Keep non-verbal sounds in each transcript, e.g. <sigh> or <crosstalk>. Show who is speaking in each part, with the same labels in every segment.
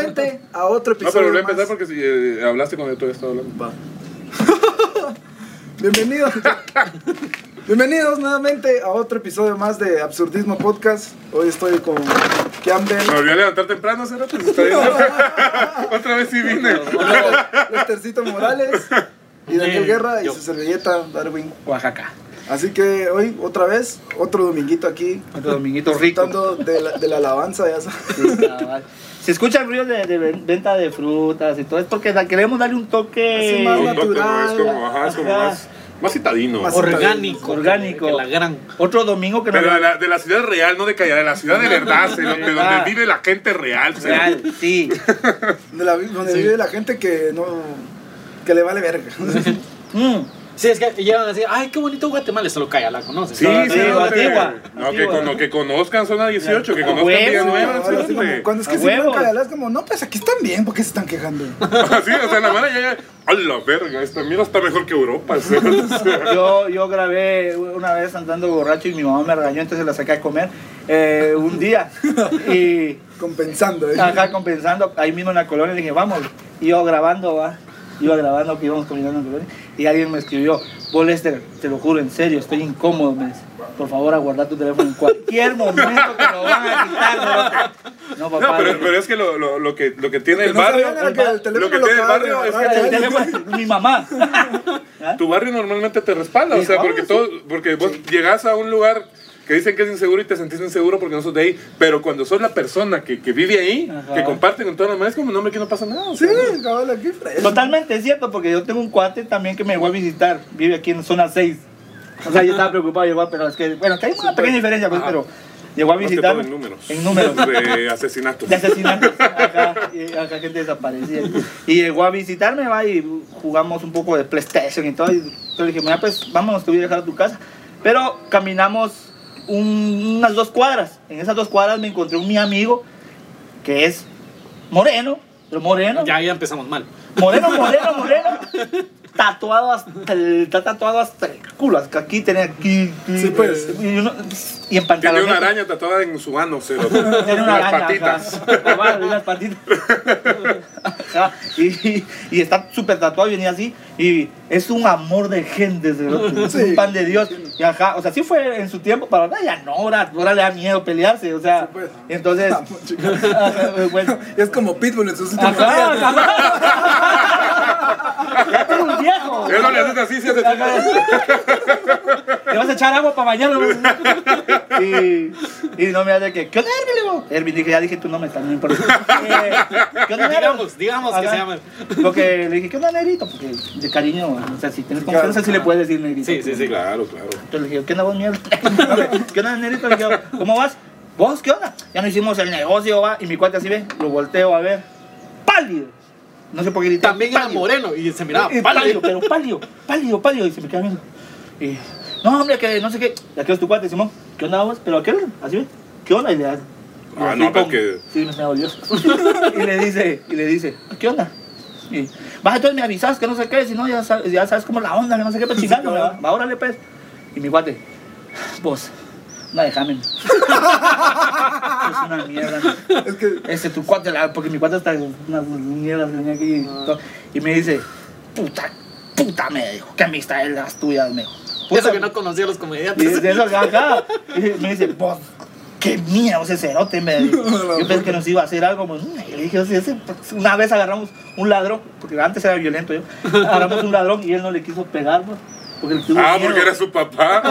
Speaker 1: gente a otro
Speaker 2: No,
Speaker 1: episodio.
Speaker 2: pero voy a
Speaker 1: más.
Speaker 2: empezar porque si, eh, hablaste cuando yo todavía estaba hablando.
Speaker 1: Va.
Speaker 2: <laughs>
Speaker 1: Bienvenidos. Bienvenidos nuevamente a otro episodio más de Absurdismo Podcast. Hoy estoy con Campbell,
Speaker 2: Me volví a levantar temprano, ¿será? Pues está bien. Otra vez sí vine.
Speaker 1: Lestercito Morales y Daniel Guerra y su servilleta Darwin.
Speaker 3: Oaxaca.
Speaker 1: Así que hoy otra vez, otro dominguito aquí,
Speaker 3: Otro dominguito rico.
Speaker 1: disfrutando de la, de la alabanza, ya sabes.
Speaker 3: Cabal. Si escuchan ruidos de, de ven- venta de frutas y todo, es porque da- queremos darle un
Speaker 1: Así
Speaker 3: toque
Speaker 1: más
Speaker 2: Un toque, ¿no? Es
Speaker 1: natural.
Speaker 2: como, ajá, es como
Speaker 3: Ajá.
Speaker 2: más, más citadino.
Speaker 1: Más-
Speaker 4: Orgánico.
Speaker 3: Orgánico.
Speaker 4: Que la gran.
Speaker 3: Otro domingo que nos
Speaker 2: Pero de la, de la ciudad real, no de Callar, de la ciudad de verdad, se- de donde vive la gente real. se- <laughs>
Speaker 3: Real, sí.
Speaker 1: Donde, la- donde vive la gente que no. que le vale
Speaker 3: <laughs>
Speaker 1: verga.
Speaker 3: Mm.
Speaker 4: Sí, es que llegan a decir, ay, qué bonito Guatemala, solo calla, la conoces.
Speaker 2: Sí,
Speaker 3: Ah,
Speaker 2: sí,
Speaker 3: sí,
Speaker 2: no, te-
Speaker 3: Antigua.
Speaker 2: No, que, con, no, que conozcan zona 18, que
Speaker 3: A
Speaker 2: conozcan
Speaker 3: huevo.
Speaker 2: Villa Nueva.
Speaker 1: Ahora
Speaker 2: sí,
Speaker 1: sí, como,
Speaker 2: hombre. <laughs>
Speaker 1: cuando es que
Speaker 3: A
Speaker 1: si van
Speaker 3: huevo.
Speaker 1: cagadas, como, no, pues aquí están bien, porque se están
Speaker 3: <laughs>
Speaker 1: quejando?
Speaker 2: Ah, Sí, o sea, la mano ya. A la verga, esta mira está mejor que Europa. o sea,
Speaker 3: Yo, yo grabé una vez andando borracho y mi mamá me regañó, entonces la saqué a comer eh, un día. Y
Speaker 1: Compensando, ¿eh?
Speaker 3: acá compensando, ahí mismo en la colonia, dije, vamos. Y yo grabando, va. Iba grabando que íbamos caminando en la colonia. Y alguien me escribió, Bolester, te lo juro, en serio, estoy incómodo. Me dice, por favor, aguarda tu teléfono en cualquier momento que lo van a quitar. No, papá.
Speaker 2: No, pero,
Speaker 3: le-
Speaker 2: pero es que lo, lo, lo que lo que tiene
Speaker 1: Que
Speaker 2: el
Speaker 1: no
Speaker 2: barrio,
Speaker 1: sabían era que el teléfono
Speaker 2: lo que
Speaker 1: lo
Speaker 2: tiene el
Speaker 1: acababan de
Speaker 2: barrio es
Speaker 1: agarrar,
Speaker 2: que
Speaker 3: el teléfono- mi mamá.
Speaker 2: tu barrio normalmente te respalda, o
Speaker 3: Sí,
Speaker 2: sea,
Speaker 3: ah,
Speaker 2: porque
Speaker 3: sí.
Speaker 2: todo, porque vos llegas a un lugar que dicen que es inseguro y te sentís inseguro porque no sos de ahí, pero cuando sos la persona que, que vive ahí,
Speaker 3: Ajá.
Speaker 2: que comparte con todas las demás, es como no me que no pasa nada. o
Speaker 1: Sí,
Speaker 2: sea,
Speaker 1: cabal, aquí fresco.
Speaker 3: Totalmente es cierto, porque yo tengo un cuate también que me voy a visitar, vive aquí en zona 6. O sea, yo estaba preocupado, yo, pero es que, bueno, que hay una pequeña diferencia, pues,
Speaker 2: Ajá.
Speaker 3: pero llegó a
Speaker 2: más que
Speaker 3: visitar
Speaker 2: todo en números.
Speaker 3: En
Speaker 2: <laughs>
Speaker 3: números.
Speaker 2: De asesinatos.
Speaker 3: de asesinatos, <laughs> acá, y acá gente desaparecida. Y llegó a visitarme, va, y jugamos un poco de PlayStation y todo. Y yo le dije, mira, pues vámonos, te voy a dejar a tu casa. Pero caminamos un- unas dos cuadras. En esas dos cuadras me encontré un mi amigo que es moreno, pero moreno.
Speaker 4: Ya, ya empezamos mal.
Speaker 3: Moreno, moreno, moreno. Tatuado hasta el, está tatuado hasta el culo. Hasta aquí tenía aquí. aquí,
Speaker 1: Sí, pues.
Speaker 3: Y, uno- y en pantalón.
Speaker 2: Tiene una araña tatuada en su ano, se lo-
Speaker 3: Tiene una
Speaker 2: las
Speaker 3: araña,
Speaker 2: patitas.
Speaker 3: ajá. Cabal, unas patitas. Ajá, <laughs> y, y- y está súper tatuado y venía así. Y es un amor de gente, ese loco, es
Speaker 1: Sí.
Speaker 3: un pan de Dios. Y ajá, o sea, sí fue en su tiempo, pero ahora ya no, ahora, ahora le da miedo pelearse. O sea,
Speaker 1: Sí, pues.
Speaker 3: entonces.
Speaker 1: Ah,
Speaker 3: <laughs>
Speaker 1: chica. <laughs>
Speaker 3: ajá, bueno, Ah,
Speaker 1: Es como Pitbull en sus últimos
Speaker 3: Ajá,
Speaker 1: días.
Speaker 3: ajá. <laughs> Ya tengo un viejo.
Speaker 2: Eso le haces así, se hace así.
Speaker 3: Le vas a echar agua para bañarlo. Y, y no me hace que, ¿qué onda, Erwin? Le digo, Erwin, dije, ya dije tu nombre también. Pero, <laughs> eh, ¿Qué onda, Erwin?
Speaker 4: Digamos, digamos que
Speaker 3: Ajá.
Speaker 4: se llama.
Speaker 3: Porque le dije, ¿qué onda, Negrito? Porque de cariño, o sea, si tienes confianza, sí le puedes decir Negrito.
Speaker 4: Sí, sí,
Speaker 2: Sí,
Speaker 4: sí.
Speaker 2: claro, claro.
Speaker 3: Entonces le dije, ¿qué onda vos, mierda? <laughs> ¿Qué onda, Nerito? Le dije, ¿cómo vas? ¿Vos qué onda? Ya no hicimos el negocio, va. Y mi cuate así ve, lo volteo a ver. ¡Pálido! No sé por qué grité.
Speaker 4: También era
Speaker 3: pálido.
Speaker 4: moreno y se miraba
Speaker 3: Eh,
Speaker 4: pálido.
Speaker 3: pálido, pero pálido, pálido, pálido. Y se me queda viendo. Y, no, hombre, que no sé qué. Y aquel es tu cuate, Simón. ¿Qué onda vos? Pero aquel, así ve. ¿Qué onda? Y le hace.
Speaker 2: Ah,
Speaker 3: así
Speaker 2: no, pero
Speaker 3: con-
Speaker 2: que-
Speaker 3: Sí, me dolió. <laughs> y le dice, y le dice, ¿qué onda? Y, vas, entonces me avisas que no sé qué, si no, ya sabes, ya sabes cómo la onda, que no sé qué, pues chingando, va, va, órale, pues. Y mi guate, vos, no, déjame. es una mierda. ¿no?
Speaker 1: Es que
Speaker 3: Este, tu cuate, la- porque mi cuate está unas mierdas que tenía aquí. y todo. Y me dice, puta, puta, me dijo, qué amistad es las tuyas, me dijo.
Speaker 4: Eso
Speaker 3: Puta,
Speaker 4: que no conocía a los
Speaker 3: y
Speaker 4: comediantes.
Speaker 3: dice eso acá, acá. Y me dice, vos, qué mierda ese cerote, me dijo. Yo pensé que nos iba a hacer algo. pues, mm, y le dije, "Sí, ese- pues, una vez agarramos un ladrón, porque antes era violento yo. Agarramos un ladrón y él no le quiso pegar, pues, porque le tuvo
Speaker 2: Ah,
Speaker 3: miedo.
Speaker 2: porque era su
Speaker 3: <laughs>
Speaker 2: papá.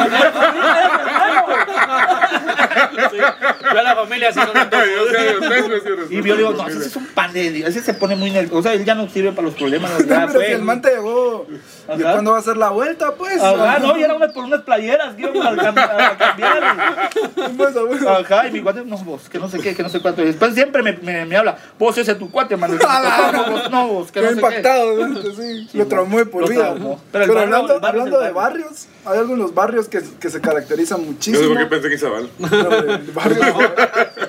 Speaker 4: Sí. <laughs> Yo a la familia así no
Speaker 2: <laughs>
Speaker 4: me
Speaker 2: Ay, o sea, ustedes me hicieron
Speaker 3: Y yo le digo,
Speaker 2: eso. <laughs>
Speaker 3: no, ese es un pan de Dios, ese se pone muy nervioso. O sea, él ya no sirve para los problemas.
Speaker 1: <laughs> Pero
Speaker 3: ya fue.
Speaker 1: si el man te llegó, ¿y
Speaker 3: Ajá.
Speaker 1: cuándo va a hacer la vuelta, pues?
Speaker 3: Ajá, no, y era una- por unas playeras que íbamos a, cam- a cambiar.
Speaker 1: <laughs> Pues, a huevo.
Speaker 3: Ajá, y mi cuate, no, vos, que no sé qué, que no sé cuánto. Y después siempre me, me, me habla, vos ese es tu cuate, mano. No, vos, no, vos, que
Speaker 1: Quedó
Speaker 3: no sé qué.
Speaker 1: impactado, ¿no? Entonces, sí, lo traumó de por
Speaker 3: lo
Speaker 1: vida.
Speaker 3: traumó.
Speaker 1: Pero,
Speaker 3: Pero el barrio-
Speaker 1: hablando,
Speaker 3: el barrio es el
Speaker 1: hablando de
Speaker 3: barrio.
Speaker 1: barrios, hay algunos barrios que, que se caracterizan
Speaker 2: No sé
Speaker 1: muchísimo.
Speaker 2: por qué pensé que Izabal.
Speaker 1: No, hombre,
Speaker 2: <laughs>
Speaker 1: barrios-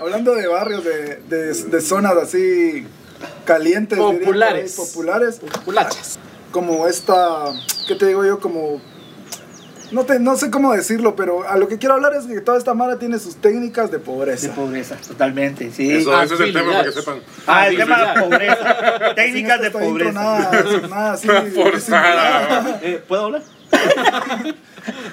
Speaker 1: hablando de barrios, de, de, de zonas así calientes, diría por ahí,
Speaker 4: Populares.
Speaker 1: populares,
Speaker 4: <laughs> Culachas.
Speaker 1: como esta, ¿qué te digo yo? Como no, te, no sé cómo decirlo, pero a lo que quiero hablar es que toda esta mara tiene sus técnicas de
Speaker 3: De
Speaker 1: pobreza.
Speaker 3: pobreza, totalmente, sí.
Speaker 2: Eso, ese es el tema para que
Speaker 4: habilidades.
Speaker 2: sepan. <laughs>
Speaker 3: Ah, el tema de la
Speaker 4: Habilidad.
Speaker 3: pobreza.
Speaker 1: <laughs> Sin esto
Speaker 3: Técnicas de
Speaker 1: estoy
Speaker 3: pobreza.
Speaker 1: intronada, nada así,
Speaker 2: Forzada.
Speaker 3: <laughs> Eh, ¿Puedo hablar?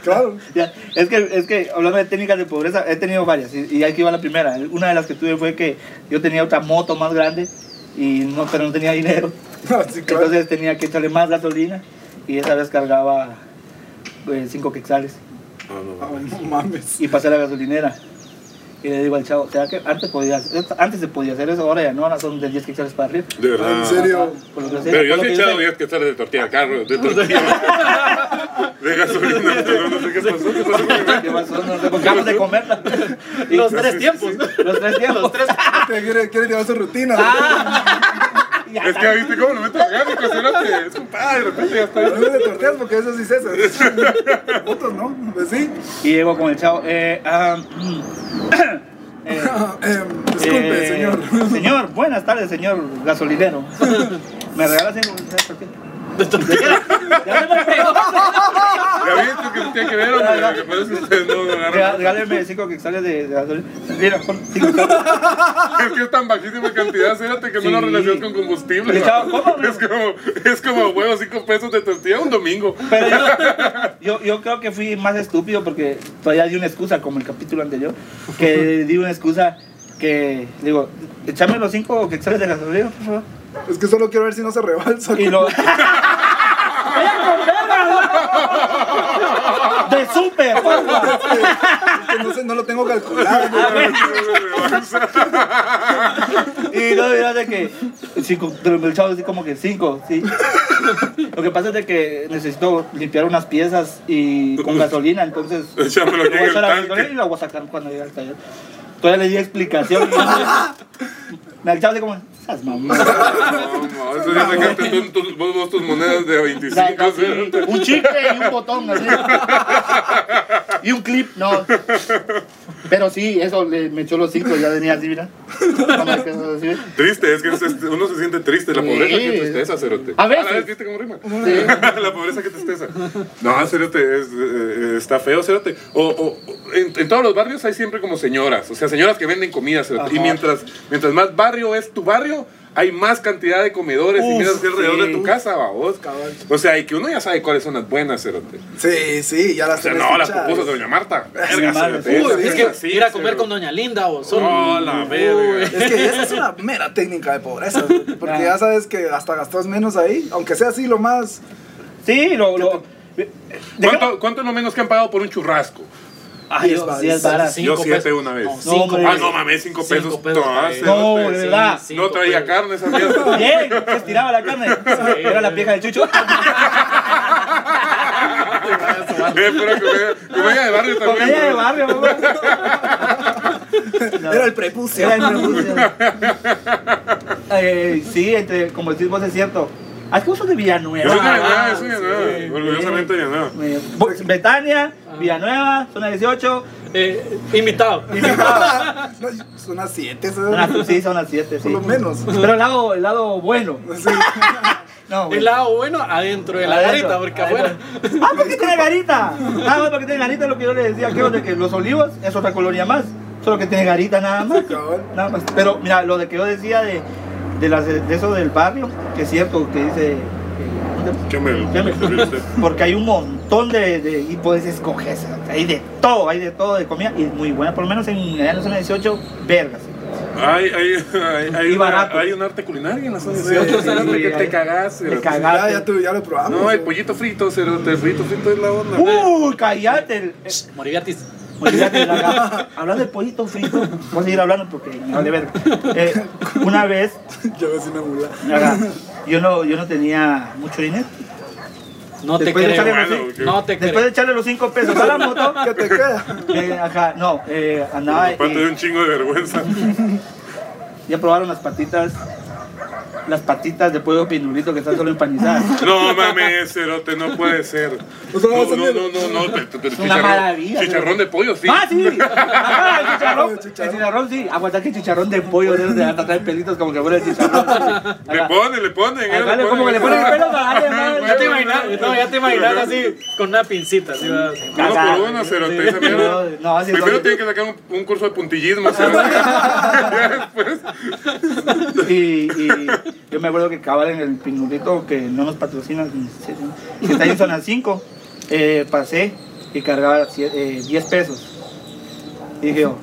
Speaker 1: Claro.
Speaker 3: Ya, es que, es que hablando de técnicas de pobreza, he tenido varias y, y aquí va la primera. Una de las que tuve fue que yo tenía otra moto más grande y no, pero no tenía dinero.
Speaker 1: Sí, claro.
Speaker 3: Entonces tenía que echarle más gasolina y esa vez cargaba 5 quetzales
Speaker 2: No, no,
Speaker 1: Ah,
Speaker 2: no.
Speaker 1: no mames.
Speaker 3: y pasé a la gasolinera. Y le digo al chavo, ¿será que antes, podías, antes se podía hacer eso? Ahora ya no, ahora son de 10 quetzales para arriba. Ah,
Speaker 2: De verdad.
Speaker 1: En serio.
Speaker 3: Por lo que sé,
Speaker 2: Pero yo
Speaker 3: por
Speaker 2: sí he
Speaker 3: lo que
Speaker 2: echado
Speaker 3: sé.
Speaker 2: 10 que sale de tortilla al carro, de tortilla. de gasolina, pero no sé qué pasó. ¿Qué pasó con mi mente?
Speaker 3: ¿Qué pasó? Nos dejamos de comerla. Y-
Speaker 4: Los tres tiempos.
Speaker 3: Los tres tiempos.
Speaker 4: Los tres.
Speaker 1: Te quiere, quiere llevar su rutina.
Speaker 3: Ah. Ya.
Speaker 2: Es que viste cómo lo meto orgánico, cerote. Es compadre, de repente ya está.
Speaker 1: Pero no le torteas porque eso sí cesa. Putos, ¿no? Pues sí.
Speaker 3: Y llego con el chavo. Eh, ah, eh,
Speaker 1: <laughs> Em, disculpe,
Speaker 3: eh,
Speaker 1: señor.
Speaker 3: Señor, buenas tardes, señor gasolinero. ¿Me regala cinco? ¿Sabes por qué? Ya me pegó.
Speaker 2: Ya viste que tiene que ver, hombre. Lo que pasa es que ustedes no
Speaker 3: Rega-
Speaker 2: agarran.
Speaker 3: Regáleme cinco que sale de, de gasolina. Mira, pon cinco quetzales.
Speaker 2: Es que es tan bajísima cantidad, cerote, que no lo
Speaker 3: Sí.
Speaker 2: relacionas con combustible.
Speaker 3: Le echaba
Speaker 2: ¿no?
Speaker 3: cómodo.
Speaker 2: Es como, es como, huevo, 5 pesos de tortilla un domingo.
Speaker 3: Pero yo, yo, yo creo que fui más estúpido porque todavía di una excusa, como el capítulo anterior, que di una excusa que digo, échame los cinco que sales de gasolina, por favor.
Speaker 1: Es que solo quiero ver si no se rebalsa.
Speaker 3: Y lo. ¡Voy a comer, ¡De súper, porfa!
Speaker 1: Es que no, sé, no lo tengo calculado.
Speaker 3: <laughs> Y no dirás de que. Cinco, pero el chavo así como que cinco, sí. Lo que pasa es de que necesito limpiar unas piezas y con gasolina,
Speaker 2: <laughs>
Speaker 3: entonces.
Speaker 2: Échamelo aquí en
Speaker 3: lo voy a
Speaker 2: el
Speaker 3: echar a la
Speaker 2: tanque.
Speaker 3: gasolina y la voy a sacar cuando llegue al taller. Todavía le di explicación.
Speaker 2: <laughs>
Speaker 3: Y el chavo así como. ¡Sas mamá!
Speaker 2: No, no, eso ya sacaste tú, tus- vos, vos tus monedas de 25, cerote.
Speaker 3: Un chicle y un botón así. Y un clip, no. Pero sí, eso le, me echó los cinco, ya venía así, mira. No me quedo así.
Speaker 2: Triste, es que es- es- uno se siente triste, la pobreza
Speaker 3: Sí.
Speaker 2: que tristeza, Cerote.
Speaker 3: A veces.
Speaker 2: la vez, ¿Viste cómo rima?
Speaker 3: Sí.
Speaker 2: <laughs> la pobreza que tristeza. No, Cerote, es, eh, está feo, Cerote. O, o- en, en todos los barrios hay siempre como señoras, o sea, señoras que venden comida, Cerote. Y
Speaker 3: Ajá.
Speaker 2: mientras, mientras más barrio es tu barrio, hay más cantidad de comedores y
Speaker 3: Uf,
Speaker 2: miras alrededor
Speaker 3: sí.
Speaker 2: de tu casa, va, vos.
Speaker 1: Cabal.
Speaker 2: O sea, y que uno ya sabe cuáles son las buenas, Cerote.
Speaker 1: Sí, sí, ya las
Speaker 2: O sea,
Speaker 1: tenés
Speaker 2: no, las
Speaker 1: fichadas.
Speaker 2: pupusas de Doña Marta.
Speaker 3: Sí,
Speaker 2: Verga,
Speaker 3: madre.
Speaker 2: Cerote,
Speaker 1: Uy,
Speaker 2: esas
Speaker 4: Es
Speaker 2: mierdas,
Speaker 4: que
Speaker 2: sí,
Speaker 4: ir a comer
Speaker 2: Cerote.
Speaker 4: con Doña Linda o son.
Speaker 2: Oh, la verga.
Speaker 1: Es que esa es una mera técnica de pobreza, güey, porque ya sabes que hasta gastas menos ahí, aunque sea así lo más.
Speaker 3: Sí, lo. lo
Speaker 2: ¿Cuánto, ¿Cuánto es lo menos que han pagado por un churrasco?
Speaker 3: Ay,
Speaker 1: Diez
Speaker 3: Dios,
Speaker 1: varas.
Speaker 3: sí es
Speaker 2: Yo
Speaker 3: vara.
Speaker 2: siete una vez.
Speaker 4: No,
Speaker 2: No,
Speaker 4: cinco
Speaker 3: hombre.
Speaker 2: Ah,
Speaker 4: pesos.
Speaker 2: no mames, cinco
Speaker 4: Cinco
Speaker 2: pesos.
Speaker 4: pesos,
Speaker 2: todas,
Speaker 4: güey.
Speaker 3: No,
Speaker 2: cerote.
Speaker 3: de verdad.
Speaker 4: Sí,
Speaker 2: No
Speaker 4: cinco
Speaker 2: traía
Speaker 4: pesos.
Speaker 2: carne esa mierda.
Speaker 4: <laughs>
Speaker 3: <laughs> Bien, se estiraba la carne. Era la vieja del chucho.
Speaker 2: Eh, pero comedia, comedia de barrio también.
Speaker 3: Comedia de
Speaker 2: pero-
Speaker 3: barrio, mamá.
Speaker 1: Era el prepucio.
Speaker 3: Era
Speaker 1: <laughs>
Speaker 3: el prejuicio. Eh, Sí, entre, como decís vos, es cierto. ¿A qué uso de
Speaker 2: Yo
Speaker 3: Villanueva?
Speaker 2: soy de Villanueva, yo soy de Villanueva.
Speaker 3: Ah, sí.
Speaker 2: Orgullosamente de Villanueva.
Speaker 3: Eh, Bo- Betania, Villanueva, zona 18.
Speaker 4: Eh, invitado.
Speaker 3: Y mi papá.
Speaker 1: No, son las 7,
Speaker 3: Zona- sí, zona 7,
Speaker 1: Ah. por
Speaker 3: sí.
Speaker 1: lo menos.
Speaker 3: Pero el lado, el lado bueno.
Speaker 1: <laughs> Sí.
Speaker 3: No, güey.
Speaker 4: El lado bueno adentro de la
Speaker 3: Adentro,
Speaker 4: garita, porque
Speaker 3: adentro.
Speaker 4: afuera. <laughs>
Speaker 3: Ah, porque tiene garita. Ah, bueno, porque tiene garita, es lo que yo le decía, creo de que los olivos es otra colonia más. Solo que tiene garita nada más.
Speaker 1: Cabal.
Speaker 3: Nada más. Pero mira, lo de que yo decía de, de, las- de eso del barrio, que es cierto, que dice. eh, ¿dónde?
Speaker 2: Yo me-
Speaker 3: Ya me- <laughs> Porque hay un montón de, de- y puedes escoger, o sea, hay de todo, hay de todo de comida y es muy buena, por lo menos en, allá en la zona 18, vergas.
Speaker 2: Hay, hay, hay, hay,
Speaker 3: Y
Speaker 2: una,
Speaker 3: barato.
Speaker 2: hay un arte culinario en la zona
Speaker 1: Sí,
Speaker 2: de
Speaker 1: sí,
Speaker 2: cerote,
Speaker 3: sí,
Speaker 2: que
Speaker 3: hay-
Speaker 2: te cagás.
Speaker 3: Te
Speaker 2: cerote.
Speaker 1: Ya,
Speaker 3: cagaste.
Speaker 1: ya, tú, ya lo probamos.
Speaker 2: No, el pollito frito, cerote, el frito frito es la onda.
Speaker 3: Uy, cállate. el- eh,
Speaker 4: Moriviatis.
Speaker 3: Olvídate de la gata. Hablando de pollito frito, voy a seguir hablando porque me vale verga. Eh, una vez,
Speaker 1: <laughs> Yo ves una mula.
Speaker 3: mira, yo no, yo no tenía mucho dinero.
Speaker 4: No te
Speaker 3: Después de
Speaker 4: creo.
Speaker 3: echarle
Speaker 2: los
Speaker 4: güey.
Speaker 2: cinco-
Speaker 4: No te
Speaker 3: Después
Speaker 4: creo.
Speaker 3: de echarle los cinco pesos a
Speaker 4: <laughs>
Speaker 3: la moto,
Speaker 1: ¿Qué te
Speaker 3: <laughs>
Speaker 1: queda?
Speaker 3: eh, ajá, no, eh, andaba.
Speaker 2: Aparte de
Speaker 3: eh,
Speaker 2: un chingo de vergüenza.
Speaker 3: ya probaron las patitas las patitas de pollo pinulito que están solo empanizadas.
Speaker 2: No mames, cerote, no puede ser.
Speaker 1: O sea,
Speaker 2: No,
Speaker 1: vas a
Speaker 2: no,
Speaker 1: ver-
Speaker 2: no, no, no, pe- pe- pe-
Speaker 3: Es una
Speaker 2: chicharrón-
Speaker 3: maravilla,
Speaker 2: Chicharrón de pollo, sí.
Speaker 3: ¡Ah, sí! Ajá, el chicharrón, el
Speaker 1: Chicharrón.
Speaker 3: chicharrón, sí. Aguantar que el chicharrón de pollo de esos de hasta trae pelitos como que fuera el chicharrón.
Speaker 2: Le ponen, le ponen. eh,
Speaker 3: Dale, como que le ponen
Speaker 2: ponen.
Speaker 3: pelos a
Speaker 2: <laughs>
Speaker 3: la
Speaker 4: Ya te imaginas, no, ya te imaginas así, con una pincita. Así, va.
Speaker 2: Uno por uno, cerote, esa mierda.
Speaker 3: No, no, así
Speaker 2: Primero
Speaker 3: no.
Speaker 2: tiene que sacar un, un curso de puntillismo, cerote.
Speaker 3: <laughs> Y, y yo me acuerdo que cabal en el pinulito que no nos patrocinan, que está ahí en zona 5, eh, pasé y cargaba cie- eh, 10 pesos. Y dije, yo,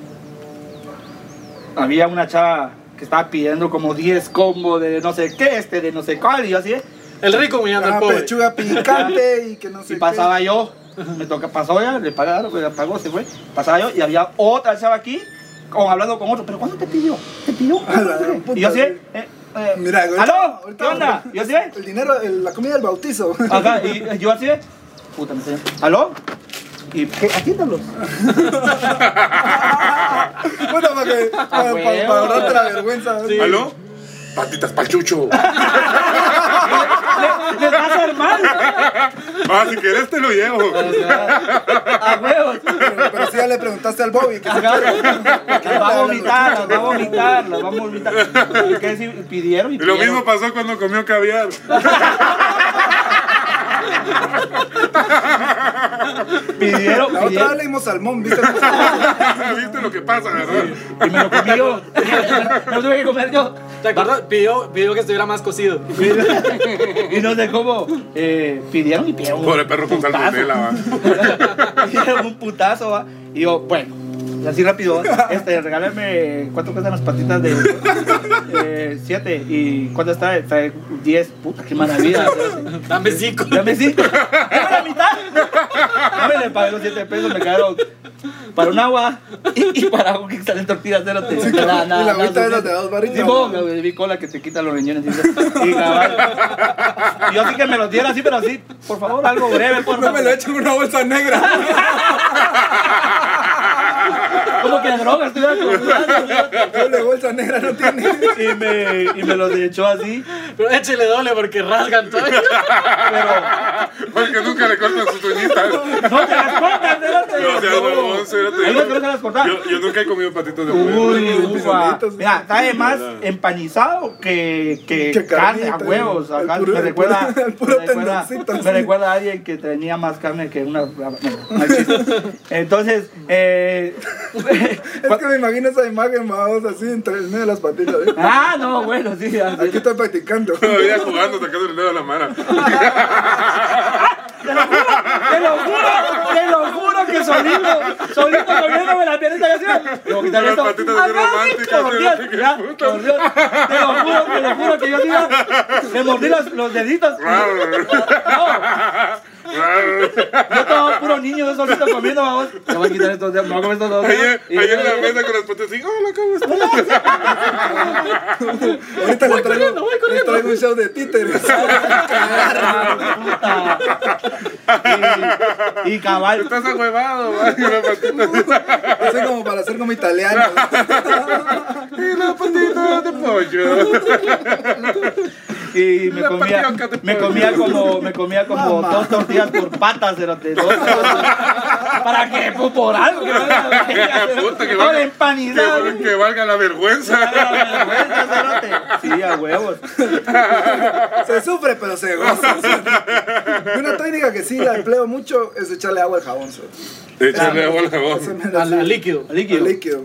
Speaker 3: había una chava que estaba pidiendo como 10 combos de no sé qué, este de no sé cuál, y yo así, ¿eh?
Speaker 4: El rico mirando
Speaker 1: Ah,
Speaker 4: al pobre.
Speaker 1: pechuga picante y que no sé
Speaker 3: Y
Speaker 1: qué.
Speaker 3: pasaba yo, me toca, pasó ya, le pagaron, pues, la pagó, se fue. Pasaba yo y había otra chava aquí, con, hablando con otro, pero ¿cuándo te pidió? ¿Te pidió?
Speaker 1: A la gran
Speaker 3: Y
Speaker 1: puta,
Speaker 3: yo así,
Speaker 1: güey.
Speaker 3: eh, eh,
Speaker 1: Mira, güey.
Speaker 3: ¿aló?
Speaker 1: ahorita-
Speaker 3: ¿Qué onda? Y Yo así, eh,
Speaker 1: El dinero, el- la comida del bautizo.
Speaker 3: <laughs> ajá, y yo así, eh, puta, me enseñó, ¿aló? Y ¿qué?
Speaker 1: <laughs>
Speaker 3: atiéndalos.
Speaker 1: Bueno, para que. Para, para,
Speaker 3: Ah, huevo.
Speaker 1: para ahorrarte la vergüenza.
Speaker 2: <laughs>
Speaker 4: Sí.
Speaker 2: ¿Aló? Patitas pachucho.
Speaker 3: Le- Les va a hacer mal.
Speaker 2: Ah, si querés te lo llevo.
Speaker 3: O sea, A huevos.
Speaker 1: Pero, pero si ya le preguntaste al Bobby que se
Speaker 3: Ajá. Las va a vomitar, las va a vomitar, las va a vomitar. ¿Y qué decir? Pidieron y
Speaker 2: Y lo
Speaker 3: pidieron.
Speaker 2: mismo pasó cuando comió caviar. <laughs>
Speaker 3: Pidieron,
Speaker 1: La otra
Speaker 3: pidieron.
Speaker 1: vez le dimos salmón, ¿viste?
Speaker 2: ¿Viste lo que pasa, verdad?
Speaker 3: Y me lo comí <laughs> yo. Me lo tuve que comer yo.
Speaker 4: ¿Te acuerdas? Pidió, pidió que estuviera más cocido. <laughs>
Speaker 3: Y no sé cómo. eh, pidieron y pidieron. un
Speaker 2: Pobre perro con
Speaker 3: putazo.
Speaker 2: salmonela, va.
Speaker 3: <laughs> Pidieron un putazo, va. Y yo, bueno, y así rápido, va, este, regálame cuánto cuestan las patitas de. eh, siete. ¿Y cuánto está? Trae diez. Puta, qué maravilla.
Speaker 4: Dame cinco.
Speaker 3: Dame cinco. Dame la mitad. Dame le pagué los siete pesos, me quedaron para un agua y, y para un que salen tortillas de la
Speaker 1: Sí,
Speaker 3: nada,
Speaker 1: y
Speaker 3: nada,
Speaker 1: la agüita
Speaker 3: nada,
Speaker 1: de las
Speaker 3: suficiente.
Speaker 1: de dos barritas.
Speaker 3: Sí, vos, la de bicola que te quita los riñones. Y, y cabal. Y yo sí que me los diera así, pero así, por favor, algo breve, por
Speaker 1: No me lo echen en una bolsa negra.
Speaker 3: Como que drogas, estoy acostumbrado.
Speaker 1: Doble bolsa negra no tiene.
Speaker 3: Y me, y me los echó así,
Speaker 4: Pero échele doble porque rasgan todo.
Speaker 3: pero
Speaker 2: Porque nunca le cortan sus uñitas.
Speaker 3: no te las cortas, espérate.
Speaker 2: No seas huevón, espérate.
Speaker 3: Ahí no te las cortas.
Speaker 2: Yo, yo nunca he comido patitos de pollo.
Speaker 3: Uy,
Speaker 1: Los
Speaker 3: ufa.
Speaker 1: pisolitos.
Speaker 3: Mira, sabe más empanizado que, que
Speaker 1: Que
Speaker 3: carne a
Speaker 1: carnita,
Speaker 3: huevos.
Speaker 1: el
Speaker 3: ajá.
Speaker 1: puro-
Speaker 3: me
Speaker 1: el
Speaker 3: recuerda,
Speaker 1: puro- el puro
Speaker 3: me, recuerda,
Speaker 1: tendoncito,
Speaker 3: me
Speaker 1: sí.
Speaker 3: recuerda a alguien que tenía más carne que una. bueno, no hay chiste. Entonces,
Speaker 1: <laughs>
Speaker 3: eh, <laughs>
Speaker 1: Es que me imagino esa imagen, vamos, así entre el medio de las patitas. ¿eh?
Speaker 3: ah, no, bueno, sí. así.
Speaker 1: Aquí estoy practicando.
Speaker 2: Todavía jugando, sacando el dedo a la mano.
Speaker 3: Te lo juro, te lo juro, te lo juro que solito, solito comiéndome la piernita que hacía. Tengo que quitar
Speaker 2: Las
Speaker 3: esto.
Speaker 2: patitas así
Speaker 3: Acá,
Speaker 2: románticas,
Speaker 3: por Dios,
Speaker 2: qué
Speaker 3: ya,
Speaker 2: puta.
Speaker 3: por Dios. Te lo juro, te lo juro que yo te iba, me mordí los, los deditos. No, yo estaba puro niño, yo solito comiendo, vamos. Me voy a quitar estos dedos, me voy a comer estos dos dedos.
Speaker 2: Ayer,
Speaker 3: Y-
Speaker 2: ayer en la mesa con las patas así, hola, ¿cómo estás?
Speaker 1: Ahorita le traigo, le traigo un show de títeres.
Speaker 3: Ah, puta. Y, y cabal,
Speaker 2: Estás ahuevado, va. Y las patitas así,
Speaker 1: Así como para hacer como italiano.
Speaker 2: "Y las patitas de
Speaker 3: <laughs>
Speaker 2: pollo. <laughs>
Speaker 3: Y me
Speaker 2: La
Speaker 3: comía,
Speaker 2: patioca te
Speaker 3: me
Speaker 2: pone.
Speaker 3: comía como, me comía como dos tortillas por patas, cerote. Dos tortillas. ¿Para qué? Pues por algo. Que valga la pena, cerote.
Speaker 2: Puta, que
Speaker 3: Todo
Speaker 2: valga-
Speaker 3: empanizado.
Speaker 2: Que, que valga la vergüenza.
Speaker 3: Valga la vergüenza, cerote. Sí, a huevos.
Speaker 1: Se sufre, pero se goza. Y una técnica que sí la empleo mucho es echarle agua al jabón. ¿sabes?
Speaker 2: Échale agua a la
Speaker 1: Ese
Speaker 2: voz.
Speaker 1: mero
Speaker 4: Al,
Speaker 1: así,
Speaker 4: al líquido.
Speaker 3: Líquido.
Speaker 1: al líquido.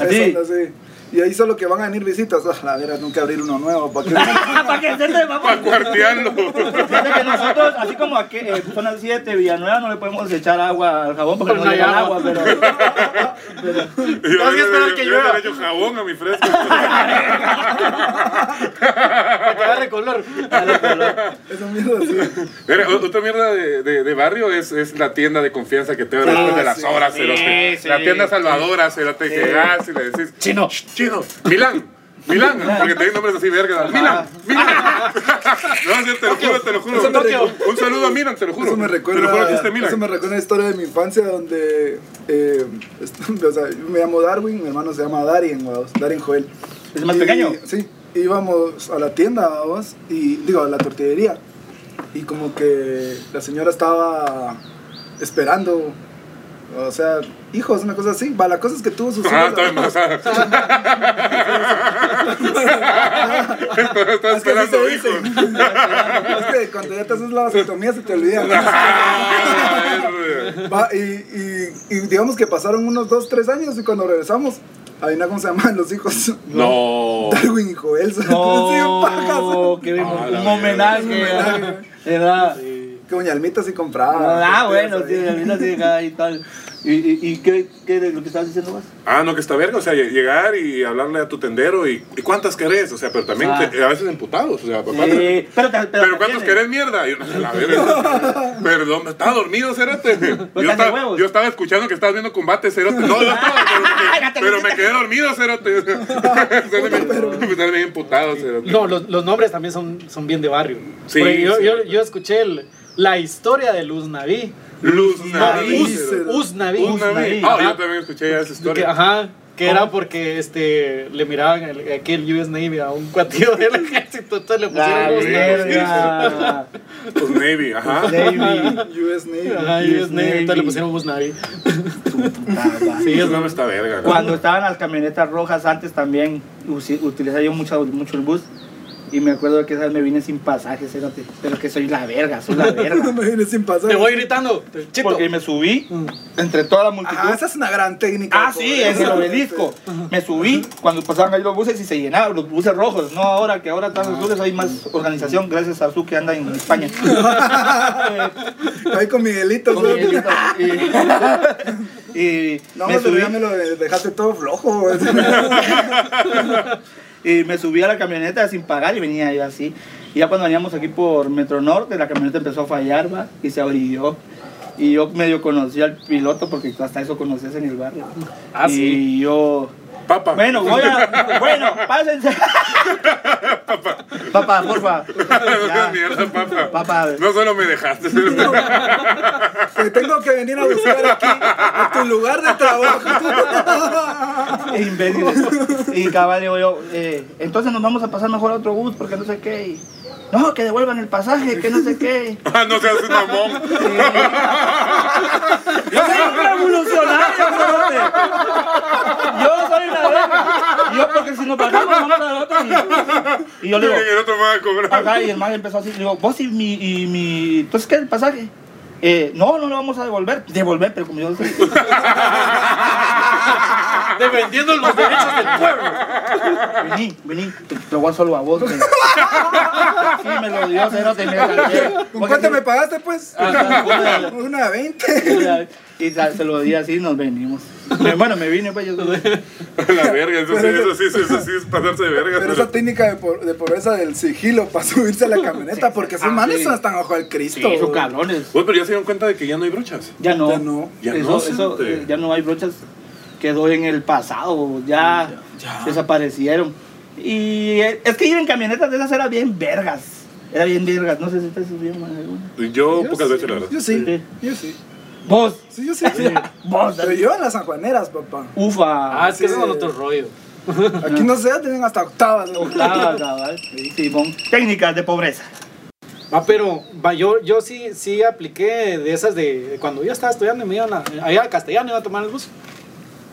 Speaker 3: Así.
Speaker 1: Eso, así. Y ahí solo que van a venir visitas. Ah, la verdad, nunca abrir uno nuevo.
Speaker 3: <laughs>
Speaker 1: ¿Para qué?
Speaker 3: Ah, Para que se vamos.
Speaker 2: Para
Speaker 3: <laughs>
Speaker 2: cuartearlo.
Speaker 3: Fíjate que nosotros, así como aquí, eh, zona 7, Villanueva, no le podemos echar agua al jabón porque no,
Speaker 4: No
Speaker 3: no
Speaker 4: hay
Speaker 3: llega el agua,
Speaker 4: agua.
Speaker 3: pero.
Speaker 2: Yo,
Speaker 3: Tengo que esperar que
Speaker 2: yo
Speaker 3: llueva.
Speaker 2: le echo jabón a mi fresco.
Speaker 4: Para que agarre color.
Speaker 1: Eso mismo así.
Speaker 2: Mira, o- otra mierda de, de- de barrio es, es la tienda de confianza que te da después de las horas, cerote.
Speaker 3: Ah, sí,
Speaker 2: La tienda salvadora, cerote, que llegas y le decís...
Speaker 4: Chino.
Speaker 2: "Shh, Chino, Milán, Milán, porque te di nombres así, verga. Milán, Milán. No, sí, te lo juro, te lo juro.
Speaker 1: Eso me
Speaker 2: Un, un saludo a Milán, te lo juro.
Speaker 1: Eso me
Speaker 2: Te lo juro que
Speaker 1: recuerda,
Speaker 2: este es
Speaker 1: eso me
Speaker 2: Milán.
Speaker 1: recuerda una historia de mi infancia donde, eh, <laughs> est- o sea, yo me llamo Darwin, mi hermano se llama Darien, guau, Darien Joel.
Speaker 3: ¿Es más
Speaker 1: Y-
Speaker 3: pequeño?
Speaker 1: Sí. íbamos a la tienda, vamos, y digo, a la tortillería. Y como que la señora estaba esperando, o sea, hijos, una cosa así. Va, la cosa es que tuvo sus hijos.
Speaker 2: Ah, estaba
Speaker 1: <laughs>
Speaker 2: embarazada. Estaba
Speaker 1: Es que así
Speaker 2: esperando
Speaker 1: se
Speaker 2: hijos.
Speaker 1: dice. <laughs> es que cuando ya te haces la vasectomía se te olvida.
Speaker 2: <laughs> Ah, es-
Speaker 1: Va, y, y- y digamos que pasaron unos dos, tres años y cuando regresamos, ahí no cómo se llaman <laughs> los hijos.
Speaker 2: No.
Speaker 1: Darwin y Joel. son <laughs>
Speaker 3: No,
Speaker 1: así, pajas.
Speaker 3: qué
Speaker 2: Ah, la
Speaker 3: un
Speaker 2: verga.
Speaker 1: Un
Speaker 3: homenaje.
Speaker 1: homenaje.
Speaker 3: ah, ¿Verdad?
Speaker 1: Que Doña Almita sí compraba.
Speaker 3: Ah,
Speaker 1: tortillas
Speaker 3: bueno, sí,
Speaker 1: ahí.
Speaker 3: la vida sí, acá y tal. ¿Y, y, y qué, qué es lo que estabas diciendo más?
Speaker 2: Ah, no, que está verga. O sea, lle- llegar y hablarle a tu tendero y, ¿y cuántas querés. O sea, pero también
Speaker 3: Ah.
Speaker 2: te- a veces emputados. O sea, papá,
Speaker 3: Sí, pero, te-
Speaker 2: Pero
Speaker 3: te
Speaker 2: ¿cuántos
Speaker 3: tiene.
Speaker 2: querés mierda? Yo, la verga. Perdón, estaba dormido, Cerote. Yo
Speaker 3: de
Speaker 2: estaba,
Speaker 3: huevos.
Speaker 2: yo estaba escuchando que estabas viendo combate, Cerote. No, yo estaba, pero,
Speaker 3: Ya te
Speaker 2: pero
Speaker 3: lo
Speaker 2: me quedé dormido, Cerote. <laughs> Me salen bien emputado, Cerote.
Speaker 4: No, los, los nombres también son, son bien de barrio.
Speaker 2: Sí,
Speaker 4: Porque yo,
Speaker 2: sí.
Speaker 4: yo, yo escuché el- la historia de Luz Naví.
Speaker 2: Luz
Speaker 1: Naví,
Speaker 2: Naví.
Speaker 4: Us,
Speaker 1: Cerote.
Speaker 4: Us Naví.
Speaker 2: Luz Naví. Ah, yo también escuché ya esa
Speaker 4: Que,
Speaker 2: historia.
Speaker 4: ajá, que era porque este, le miraban el- aquel US Navy a un <laughs> cuatillo del ejército, entonces le pusieron
Speaker 3: La
Speaker 4: Us Navy.
Speaker 3: verga.
Speaker 2: Pues Navy,
Speaker 1: <laughs>
Speaker 2: ajá.
Speaker 3: Navy.
Speaker 1: US Navy.
Speaker 4: Ajá,
Speaker 3: US
Speaker 4: US Navy, entonces le
Speaker 3: Navy.
Speaker 4: pusieron Us Navy.
Speaker 3: Puta,
Speaker 4: Sí,
Speaker 2: Eso
Speaker 4: es
Speaker 2: no me está verga.
Speaker 3: va.
Speaker 2: ¿no?
Speaker 3: Cuando estaban las camionetas rojas antes también usi- utilizaba yo mucho, mucho el bus. Y me acuerdo que esa vez me vine sin pasajes, cerote, pero que soy la verga, soy
Speaker 1: <laughs>
Speaker 3: la
Speaker 1: No
Speaker 3: verga.
Speaker 1: me viene sin pasar.
Speaker 4: Te voy gritando, chito.
Speaker 3: Porque me subí entre toda la multitud.
Speaker 1: Ajá, esa es una gran técnica.
Speaker 3: Ah, sí,
Speaker 1: pobre.
Speaker 3: en el obelisco. Me subí cuando pasaban ahí los buses y se llenaban los buses rojos. No ahora, que ahora están los
Speaker 1: Ah,
Speaker 3: buses, hay más organización gracias a su que anda en
Speaker 1: <laughs>
Speaker 3: España.
Speaker 1: Este, Ahí con Miguelito.
Speaker 3: Con
Speaker 1: ¿no?
Speaker 3: Miguelito. <laughs> Y,
Speaker 1: <laughs>
Speaker 3: y
Speaker 1: No,
Speaker 3: me
Speaker 1: pero
Speaker 3: subí,
Speaker 1: ya me lo dejaste todo flojo. güey. <laughs>
Speaker 3: y me subí a la camioneta sin pagar y venía yo así. Y ya cuando veníamos aquí por Metro Norte, la camioneta empezó a fallar, va, y se abrigó. Y yo medio conocí al piloto porque hasta eso conocías en el barrio.
Speaker 4: Ah,
Speaker 3: y
Speaker 4: sí.
Speaker 3: yo
Speaker 2: Papa. <laughs>
Speaker 3: Bueno, voy a. Bueno, pásense. Papá.
Speaker 4: <laughs>
Speaker 3: Papá, porfa. Ya.
Speaker 2: Mierda,
Speaker 3: <laughs>
Speaker 2: papa.
Speaker 3: Papá.
Speaker 2: No solo me dejaste. Cerote.
Speaker 1: Te tengo que venir a buscar aquí, a tu lugar de trabajo. <laughs>
Speaker 3: eh, imbéciles. Y cabal, digo yo, eh, entonces nos vamos a pasar mejor a otro bus porque no sé qué. y, no, que devuelvan el pasaje, que no sé qué.
Speaker 2: Ah, no seas un mamón.
Speaker 3: Yo soy un revolucionario, cerote. Yo soy una verga. Yo, porque si nos bajamos, vamos a la otra. Y yo le digo,
Speaker 2: <laughs> El otro me va a cobrar.
Speaker 3: Ajá, y el man empezó así, le digo, vos y mi, y mi... Entonces, ¿qué es el pasaje? Eh, no, no lo vamos a devolver. Devolver, pero como yo... soy-
Speaker 4: Defendiendo <laughs> los derechos del pueblo.
Speaker 3: Vení, vení, te, te voy solo a vos. güey. Sí, me lo dio, cero, te me salté.
Speaker 1: ¿Con cuánto me pagaste, pues?
Speaker 2: Ah,
Speaker 3: Ajá, una-
Speaker 1: Una de 20.
Speaker 3: Y sa- se lo di así y nos venimos. Me- Bueno, me vine, pues yo...
Speaker 2: La verga, eso sí, eso sí, eso sí es pasarse de verga.
Speaker 1: Pero
Speaker 2: Cerote.
Speaker 1: esa técnica de, por- de pobreza del sigilo para subirse a la camioneta, porque esos
Speaker 3: Ah,
Speaker 1: manes
Speaker 3: sí.
Speaker 1: no están ojo al
Speaker 3: Sí,
Speaker 1: Cristo.
Speaker 3: esos cabrones.
Speaker 2: Uy, pero ya se dieron cuenta de que ya no hay brochas.
Speaker 3: Ya no.
Speaker 1: Ya no.
Speaker 2: Ya
Speaker 3: eso,
Speaker 2: no,
Speaker 3: eso,
Speaker 2: cerote.
Speaker 3: eh, ya no hay brochas. Quedó en el pasado. Ya, desaparecieron. Y eh, es que ir en camionetas de esas era bien vergas. Era bien vergas. No sé si te subieron más de una.
Speaker 2: Yo pocas veces, la verdad.
Speaker 1: Yo sí,
Speaker 3: Sí.
Speaker 1: yo sí.
Speaker 3: Vos.
Speaker 1: Sí, yo sí.
Speaker 3: Vos.
Speaker 1: Pero yo en las sanjuaneras, papá.
Speaker 3: Ufa.
Speaker 4: Ah, es que
Speaker 1: Sí.
Speaker 4: eso es otro rollo.
Speaker 1: Aquí no sé, tienen hasta octavas. ¿no?
Speaker 3: Octava, Ah, cabal. Simón. Técnicas de pobreza.
Speaker 4: Ah, pero va, yo, yo sí, sí apliqué de esas de cuando yo estaba estudiando y me iban a, allá a Castellano, iba a tomar el bus.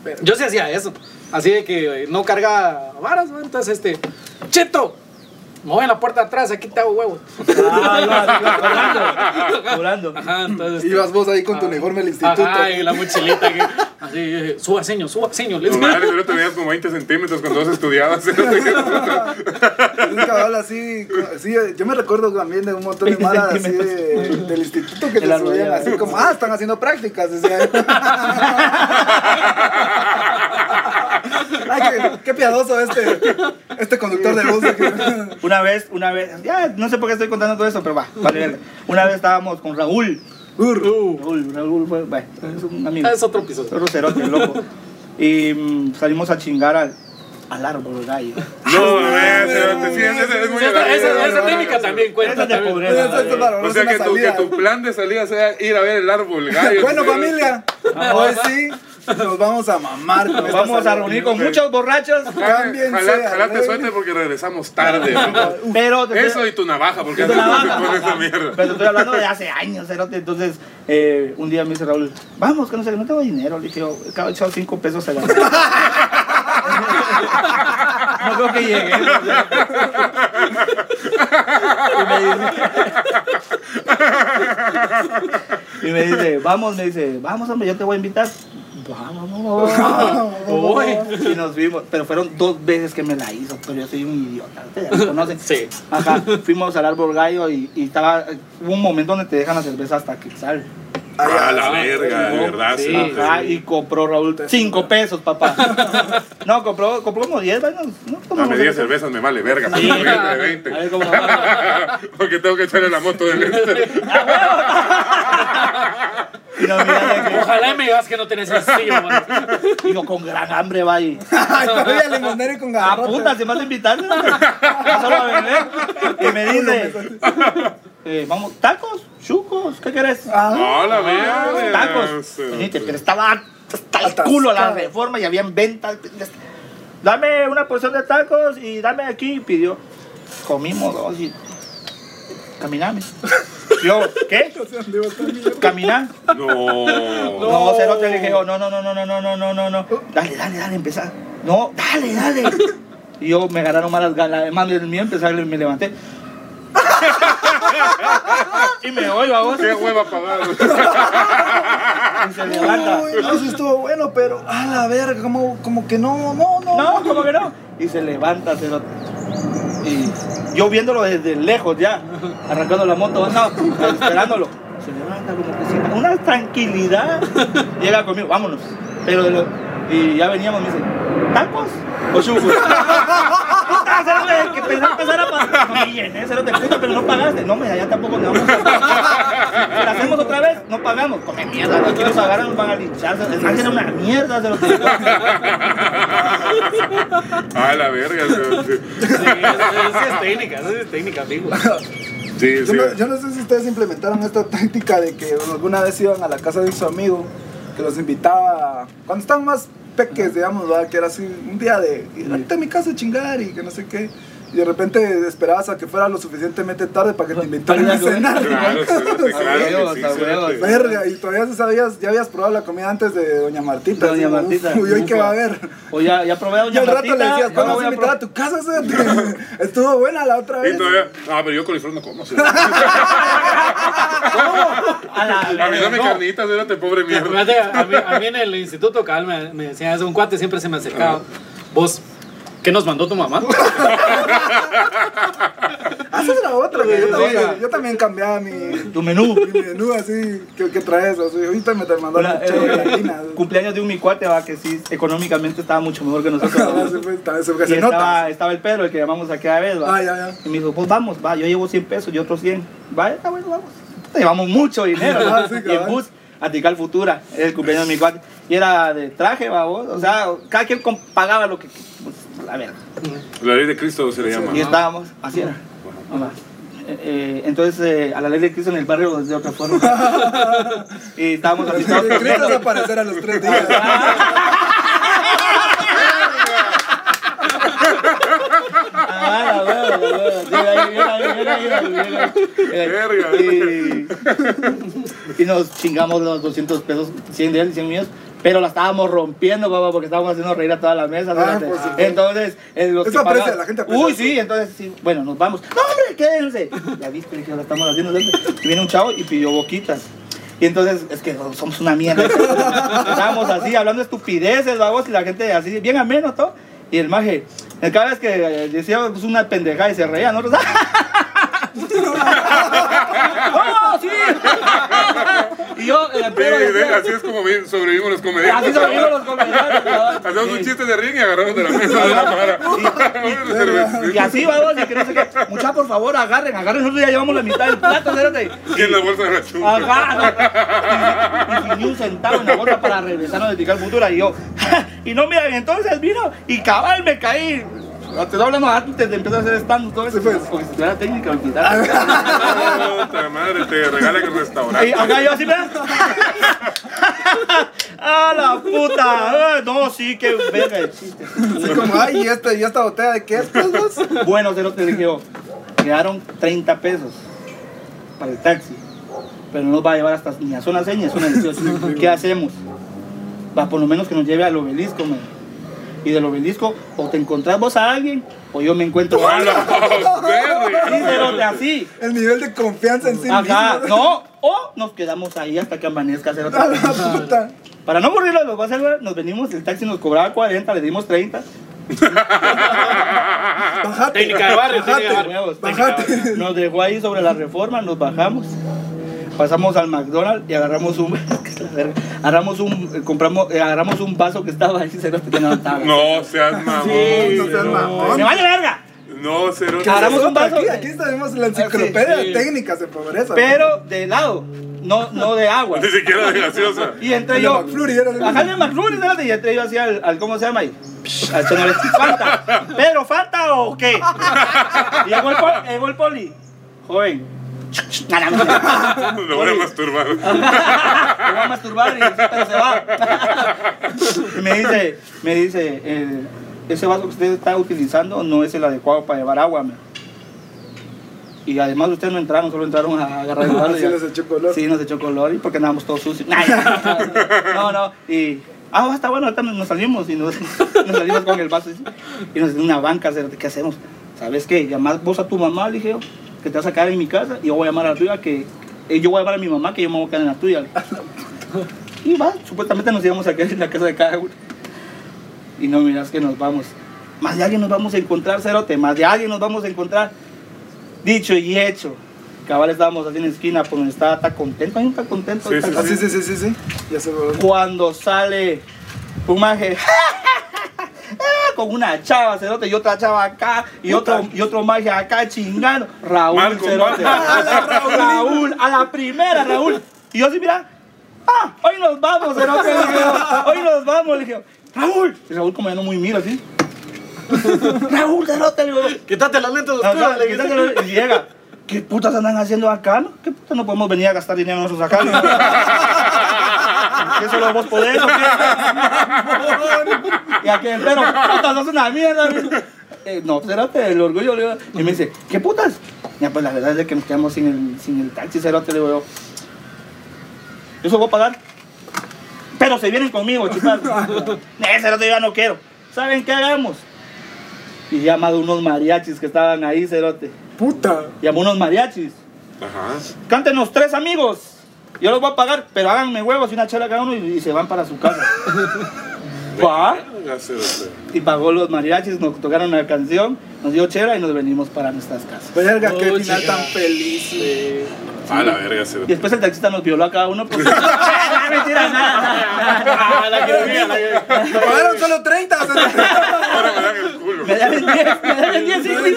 Speaker 1: Pero-
Speaker 4: Yo sí hacía eso. Así de que eh, no carga varas, ¿no? Entonces, este, cheto, me voy a la puerta de atrás, aquí te hago huevos.
Speaker 3: Ah, iba- <laughs> iba curando, curando.
Speaker 4: Ajá, entonces. este,
Speaker 1: Ibas vos ahí con tu
Speaker 4: Ah.
Speaker 1: uniforme del instituto.
Speaker 4: Ajá, y la mochilita que, así, eh, suba seño, suba seño. le
Speaker 2: Tu
Speaker 4: digo.
Speaker 2: madre, pero tenías como 20 centímetros cuando vos estudiabas.
Speaker 1: <laughs> Un cabal así, sí, yo me recuerdo también de un
Speaker 3: <laughs>
Speaker 1: montón de malas así de- del instituto que
Speaker 3: De la
Speaker 1: les subían
Speaker 3: rodilla.
Speaker 1: así como, ah, están haciendo prácticas, decía. <laughs> Ay, qué, qué piadoso este, este conductor de bus. que- <laughs>
Speaker 3: Una vez, una vez, ya no sé por qué estoy contando todo eso, pero va, vale, verga. Una vez estábamos con Raúl,
Speaker 1: Ur.
Speaker 4: Uh,
Speaker 3: Raúl, Raúl fue, bueno, es un amigo.
Speaker 4: Ah, es otro episodio.
Speaker 3: Otro cerote, loco. Y mm, salimos a chingar al, al árbol gallo.
Speaker 2: No, a ver, cerote, sí, ese- ese es muy
Speaker 4: Esa, esa- esa
Speaker 2: agradable.
Speaker 4: técnica también
Speaker 3: Esa
Speaker 4: cuenta.
Speaker 3: es de
Speaker 4: también.
Speaker 1: Oye,
Speaker 3: pobreza.
Speaker 1: esto es
Speaker 3: güey.
Speaker 1: raro, no
Speaker 2: eh, O
Speaker 1: es
Speaker 2: sea,
Speaker 1: una <laughs>
Speaker 2: que tu, que
Speaker 1: salida.
Speaker 2: tu plan de salida sea ir a ver el árbol gallo.
Speaker 1: Bueno,
Speaker 2: cerote.
Speaker 1: familia, hoy sí Nos vamos a mamar con
Speaker 3: Nos
Speaker 1: esta
Speaker 3: vamos a
Speaker 1: salida.
Speaker 3: reunir con muchos borrachos.
Speaker 1: Cámbiense,
Speaker 2: Jala- Jalate
Speaker 1: arreglen.
Speaker 2: suerte porque regresamos tarde. ¿no?
Speaker 3: Pero te
Speaker 2: Eso
Speaker 3: estoy,
Speaker 2: y tu navaja, porque
Speaker 3: Y tu
Speaker 2: antes no te
Speaker 3: navaja.
Speaker 2: pones esa mierda.
Speaker 3: pero te estoy hablando de hace años, cerote. Entonces, eh, un día me dice Raúl, vamos, que no sé, no tengo dinero. Le dije, yo, "Acabo de echar cinco pesos a la No creo que llegue. o sea. Y me dice, y me dice, vamos, me dice, vamos, hombre, yo te voy a invitar. Vamos, vamos, vamos. vamos. Y nos vimos, pero fueron dos veces que me la hizo, pero yo soy un idiota. Ustedes ya me conocen.
Speaker 4: Sí.
Speaker 3: Ajá, fuimos al árbol gallo y, y estaba. Hubo un momento donde te dejan la cerveza hasta que sale.
Speaker 1: Ay,
Speaker 2: A la
Speaker 1: ay,
Speaker 2: verga, de
Speaker 1: no.
Speaker 2: verdad.
Speaker 4: Sí.
Speaker 2: cerote.
Speaker 3: Ajá, y compró Raúl cinco pesos, papá. No, compró, compró como 10, bueno, no
Speaker 2: A
Speaker 3: tomamos
Speaker 2: media cervezas me vale verga.
Speaker 4: Sí.
Speaker 2: porque tengo de 20.
Speaker 4: A ver cómo va.
Speaker 2: <laughs> Porque tengo que echarle la moto del este.
Speaker 3: Y no, mira, de
Speaker 4: Ojalá y me digas que no tenés sencillo, mano.
Speaker 3: que- digo, con gran hambre va y.
Speaker 1: Ay, todavía limonera y con
Speaker 3: Ah,
Speaker 1: garrote.
Speaker 3: puta, se me hace invitar. ¿no? Solo a beber. Y me dice, eh, vamos, tacos, chucos, ¿qué querés?
Speaker 1: <laughs> Ah,
Speaker 2: No, la
Speaker 3: Los
Speaker 2: verga.
Speaker 3: tacos. Fíjate, pero estaba hasta el culo la reforma y habían ventas. Dame una porción de tacos y dame aquí, pidió. Comimos dos y. Caminame. Yo, ¿qué?
Speaker 1: o sea, digo, también.
Speaker 3: Caminar. <laughs>
Speaker 2: No.
Speaker 3: No, Cerote, le dije yo, no, no, no, no, no, no, no, no, no, no. Dale, dale, dale, empezá. No, dale, dale. Y yo me agarraron malas ganas. Además, el mío empezar y me levanté. <laughs> y me voy, vamos.
Speaker 2: Qué hueva
Speaker 3: <laughs>
Speaker 2: pagar.
Speaker 3: Y se levanta.
Speaker 1: Uy, no, sí estuvo bueno, pero a la verga, como, como que no, no, no.
Speaker 3: No, como que no. Y se levanta, se lo... Y yo viéndolo desde lejos ya, arrancando la moto, no, esperándolo. Se levanta como que sienta una tranquilidad. Llega conmigo, vámonos. Pero de lo- Y ya veníamos, me dice, ¿tacos? O <laughs> chucos. Puta, cerote, que pensé empezar a pagar. Me llené, cerote, puta, pero no pagaste. No, mira, ya tampoco me vamos a pagar. Si la hacemos otra vez, no pagamos. Come mierda, aquí nos agarran, nos van a linchar. El ángel es una mierda, cerote.
Speaker 2: A Ah, la verga. cerote.
Speaker 4: Sí, esa esa es técnica, esa es técnica, amigo.
Speaker 2: Sí,
Speaker 1: Yo
Speaker 2: sí.
Speaker 1: no, yo no sé si ustedes implementaron esta táctica de que alguna vez iban a la casa de su amigo que los invitaba cuando estaban más peques, digamos, ¿verdad? que era así un día de ir ahorita a mi casa a chingar y que no sé qué. Y de repente esperabas a que fuera lo suficientemente tarde para que te invitaran a
Speaker 3: Para ir a
Speaker 1: cenar.
Speaker 2: Claro, cerote, claro
Speaker 3: huevos,
Speaker 2: que sí,
Speaker 3: a huevos.
Speaker 2: cerote.
Speaker 1: Verga, y todavía se sabías, ya habías probado la comida antes de Doña Martita.
Speaker 3: Doña
Speaker 1: así, <laughs>
Speaker 3: Martita,
Speaker 1: Uy, hoy qué
Speaker 3: ufa.
Speaker 1: va a haber.
Speaker 3: O ya, ya probé a
Speaker 1: Y
Speaker 3: Doña
Speaker 1: al rato
Speaker 3: Martita,
Speaker 1: le decías,
Speaker 3: ya
Speaker 1: ¿cuándo vas
Speaker 3: voy
Speaker 1: a invitar a
Speaker 3: probar".
Speaker 1: tu casa? César? <laughs> Estuvo buena la otra vez.
Speaker 2: Y todavía. Ah, pero yo coliflor no como. cerote.
Speaker 3: A la
Speaker 2: A mí dame
Speaker 4: No.
Speaker 2: carnitas, cerote, pobre mierda.
Speaker 4: Fíjate, a, mí, a mí en el instituto cabal me, me decía eso, un cuate siempre se me acercaba. Vos, ¿qué nos mandó tu mamá?
Speaker 1: Ah, esa es la otra, güey. Yo, también, yo también cambiaba mi, <laughs>
Speaker 3: tu menú.
Speaker 1: mi menú así, que, que traes, así. Ahorita me te mandó
Speaker 3: Hola,
Speaker 1: la
Speaker 3: eh,
Speaker 1: chévere <laughs>
Speaker 3: <laughs>
Speaker 1: latina.
Speaker 3: cumpleaños de un mi cuate, va, que sí, económicamente estaba mucho mejor que nosotros. ¿va?
Speaker 1: pues,
Speaker 3: Y
Speaker 1: Ah, se nota.
Speaker 3: estaba, estaba el Pedro, el que llamamos aquí a vez, va.
Speaker 1: Ah, ya, ya.
Speaker 3: Y me dijo, pues vamos, va, yo llevo 100 pesos, yo otros 100. Va, ah, bueno, vamos. Puta, Llevamos mucho dinero,
Speaker 1: Ah,
Speaker 3: ¿va?
Speaker 1: sí,
Speaker 3: Y en
Speaker 1: cabal.
Speaker 3: bus, a Tical Futura, es el cumpleaños de mi cuate. Y era de traje, va, vos. O sea, cada quien com- pagaba lo que... pues, a ver,
Speaker 2: La ley de Cristo se le llama.
Speaker 3: Y estábamos, así era. Ajá. Eh, eh, entonces, eh, a la ley de Cristo en el barrio de otra forma. y estábamos así todos
Speaker 1: Crees
Speaker 3: contentos.
Speaker 1: desaparecer a los tres días.
Speaker 3: Ah, la huevo, la huevo. Mira ahí, mira ahí, mira ahí, mira ahí, mira ahí.
Speaker 2: Verga.
Speaker 3: Y, y nos chingamos los 200 pesos, 100 de él, 100 míos. Pero la estábamos rompiendo, papá, porque estábamos haciendo reír a toda la mesa.
Speaker 1: Ah,
Speaker 3: fíjate.
Speaker 1: por supuesto.
Speaker 3: entonces, eh, los
Speaker 1: Eso
Speaker 3: que
Speaker 1: aprecia,
Speaker 3: pagaban-
Speaker 1: la gente aprecia
Speaker 3: Uy,
Speaker 1: eso.
Speaker 3: sí, entonces, sí, bueno, nos vamos. ¡No, hombre, quédense! Ya viste, le dije, la estamos haciendo. ¿sabes? Y viene un chavo y pidió boquitas. Y entonces, es que somos una mierda. Estábamos así, hablando estupideces, vagos, y la gente así, bien ameno, todo. Y el maje, cada vez que eh, decía pues, una pendejada y se reía, ¿no? <laughs> ¡Oh, sí! y yo, eh,
Speaker 2: Sí,
Speaker 3: pero
Speaker 2: ve, así es como vi- sobrevivimos los comediantes.
Speaker 3: así se vieron los comentarios. ¿verdad?
Speaker 2: Hacemos
Speaker 3: Sí.
Speaker 2: un chiste de ring y agarramos de la mesa de la cámara. <laughs> Vamos a cerveza.
Speaker 3: Y así vamos, y que no sé qué. Muchachos, por favor, agarren, agarren. Nosotros ya llevamos la mitad del plato, espérate.
Speaker 2: Y en la bolsa de la chumba.
Speaker 3: Agarren. Y sin ni un centavo en la bolsa para regresarnos de Tical Futura. Y yo, y no miren, entonces vino y cabal me caí. No, te estoy hablando antes de empezar a hacer stand todo eso.
Speaker 1: Sí, pues.
Speaker 3: Como si tuviera técnica o quizás.
Speaker 2: Puta madre, te regalan el
Speaker 3: Ey,
Speaker 2: restaurante.
Speaker 3: acá yo así, mira. <laughs> ¡A la puta! Eh, No, sí, qué verga de chiste.
Speaker 1: Así como, ay, ¿y esta, y esta botella de qué es? pues, vos?"
Speaker 3: Bueno, se lo te dije yo. Quedaron 30 pesos para el taxi. Pero no nos va a llevar hasta ni a zona 6 ni a zona 18. ¿Qué hacemos? Va, por lo menos que nos lleve al obelisco, men. Y del obelisco, o te encontrás vos a alguien, o yo me encuentro a
Speaker 2: ¡A
Speaker 3: alguien.
Speaker 2: <laughs> la
Speaker 3: Sí, pero de
Speaker 2: verga!
Speaker 3: así.
Speaker 1: El nivel de confianza en sí <laughs>
Speaker 3: Ajá,
Speaker 1: mismo.
Speaker 3: no, o nos quedamos ahí hasta que amanezca hacer
Speaker 1: A
Speaker 3: otra vez.
Speaker 1: la puta.
Speaker 3: Para no aburrirlos, los vas a ver, nos venimos, el taxi nos cobraba 40, le dimos 30.
Speaker 1: Bajate.
Speaker 4: Técnica de barrio, técnica de
Speaker 1: bajate,
Speaker 4: barrio.
Speaker 1: Bajate.
Speaker 3: Nos dejó ahí sobre la reforma, nos bajamos. Pasamos al McDonald's y agarramos un. <laughs> que es la verga, agarramos un. eh, compramos, eh, agarramos un vaso que estaba ahí, <laughs> se que no estaba.
Speaker 2: No seas
Speaker 1: No,
Speaker 2: mamón.
Speaker 1: no seas
Speaker 3: ¡Se
Speaker 1: mamón.
Speaker 3: vale verga!
Speaker 2: No, cero.
Speaker 1: ¿Qué es
Speaker 3: Agarramos
Speaker 1: eso?
Speaker 3: un vaso
Speaker 1: Aquí,
Speaker 3: de-
Speaker 1: aquí tenemos la enciclopedia
Speaker 4: sí.
Speaker 1: de técnicas de pobreza.
Speaker 3: Pero de helado, no, no de agua.
Speaker 2: Ni siquiera de gaseosa.
Speaker 3: Y entre
Speaker 1: El
Speaker 3: yo.
Speaker 1: McFlurry era el-
Speaker 3: Ajá, el McFlurry, espérate, y entre yo así al, al- ¿cómo se llama ahí? Al señor este, Fanta. ¿Pero Fanta o qué? Y llegó el, pol- llegó el poli. Joven. Nada, no, no.
Speaker 2: Lo voy a masturbar.
Speaker 3: Me va a masturbar y pero se va. Y <laughs> me dice, me dice, eh, ese vaso que usted está utilizando no es el adecuado para llevar agua, me. Y además ustedes no entraron, solo entraron a agarrar el vaso.
Speaker 1: Así
Speaker 3: y a-
Speaker 1: les echó color.
Speaker 3: Sí, nos echó color y porque andábamos todos sucios. <laughs> Nah, ya. No, no, y... Ah, está bueno, ahorita nos salimos y nos, <laughs> nos salimos con el vaso. Y nos en una banca, cerote, ¿qué hacemos? ¿Sabes qué? Llamás vos a tu mamá, le dije yo, que te vas a quedar en mi casa y yo voy a llamar a la tuya que... eh, Yo voy a llamar a mi mamá que yo me voy a quedar en la tuya. Y va, supuestamente nos íbamos a quedar en la casa de cada uno. Y no miras que nos vamos. Más de alguien nos vamos a encontrar, cerote, más de alguien nos vamos a encontrar. Dicho y hecho. Cabal estábamos así en la esquina por donde estaba tan contento, hay un tan contento.
Speaker 2: Sí,
Speaker 3: Tan-
Speaker 1: Ah, sí, sí, sí, sí, sí. Ya se lo
Speaker 3: Cuando sale un <laughs> maje Eh, con una chava, cerote, y otra chava acá, y otro, y otro maje acá chingando. Raúl,
Speaker 2: Marco,
Speaker 3: cerote.
Speaker 2: Marco.
Speaker 3: <laughs> A la Raúl, Raúl, a la primera, Raúl. Y yo así, mira, ah, hoy nos vamos, cerote. le dije yo, hoy nos vamos, le dije, yo, Raúl. Y Raúl como ya no muy mira, así. <laughs> Raúl, cerote, le digo,
Speaker 4: Quítate las lentes
Speaker 3: Ah,
Speaker 4: oscuras.
Speaker 3: no,
Speaker 4: le
Speaker 3: quizás
Speaker 4: dijiste.
Speaker 3: que no- y llega. ¿Qué putas andan haciendo acá? No? ¿Qué putas no podemos venir a gastar dinero nosotros acá? no? ¿Qué solo vos podés o qué? y aquí el perro, putas, sos una mierda. ¿no? Eh, no, espérate, el orgullo. le digo. Y me dice, ¿qué putas? Ya, pues la verdad es que nos quedamos sin el, sin el taxi, cerote, le digo yo. Yo se lo voy a pagar. Pero se vienen conmigo, chupar. Ese no yo no quiero. ¿Saben qué hagamos? Y llama de unos mariachis que estaban ahí, cerote.
Speaker 1: Puta.
Speaker 3: Llamó unos mariachis.
Speaker 2: Ajá.
Speaker 3: Cántenos tres amigos. Yo los voy a pagar, pero háganme huevos y una chela cada uno y, y se van para su
Speaker 2: <laughs>
Speaker 3: casa. Va.
Speaker 2: Verga, cerote.
Speaker 3: Y pagó los mariachis, nos tocaron una canción, nos dio chela y nos venimos para nuestras casas.
Speaker 1: Verga, qué
Speaker 4: Oh,
Speaker 1: final
Speaker 4: chica.
Speaker 1: tan feliz. güey.
Speaker 2: A la verga,
Speaker 3: Y
Speaker 2: cerote.
Speaker 3: después el taxista nos violó a cada uno
Speaker 2: <laughs>
Speaker 3: <laughs> porque... Mentira, nada, nada.
Speaker 4: Ah, la que dormía, la que-
Speaker 1: Me pagaron solo 30. o sea,
Speaker 2: <laughs> Ahora me dan el culo.
Speaker 3: Me dan el 10, me dan el 10 hijo de
Speaker 1: <laughs>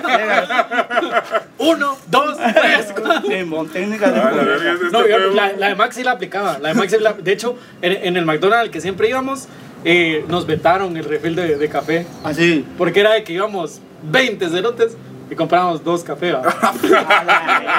Speaker 3: pingo.
Speaker 4: Uno, dos, tres.
Speaker 3: Simón, técnica
Speaker 2: A la verga,
Speaker 3: de...
Speaker 2: es este
Speaker 4: No, yo-
Speaker 2: huevo.
Speaker 4: la, la de Max sí la aplicaba. La de Max sí la- de hecho, en, en el McDonald's al que siempre íbamos, eh, nos vetaron el refil de, de café.
Speaker 3: Así.
Speaker 4: Porque era de que íbamos 20 cerotes y comprábamos dos cafés.
Speaker 3: <laughs>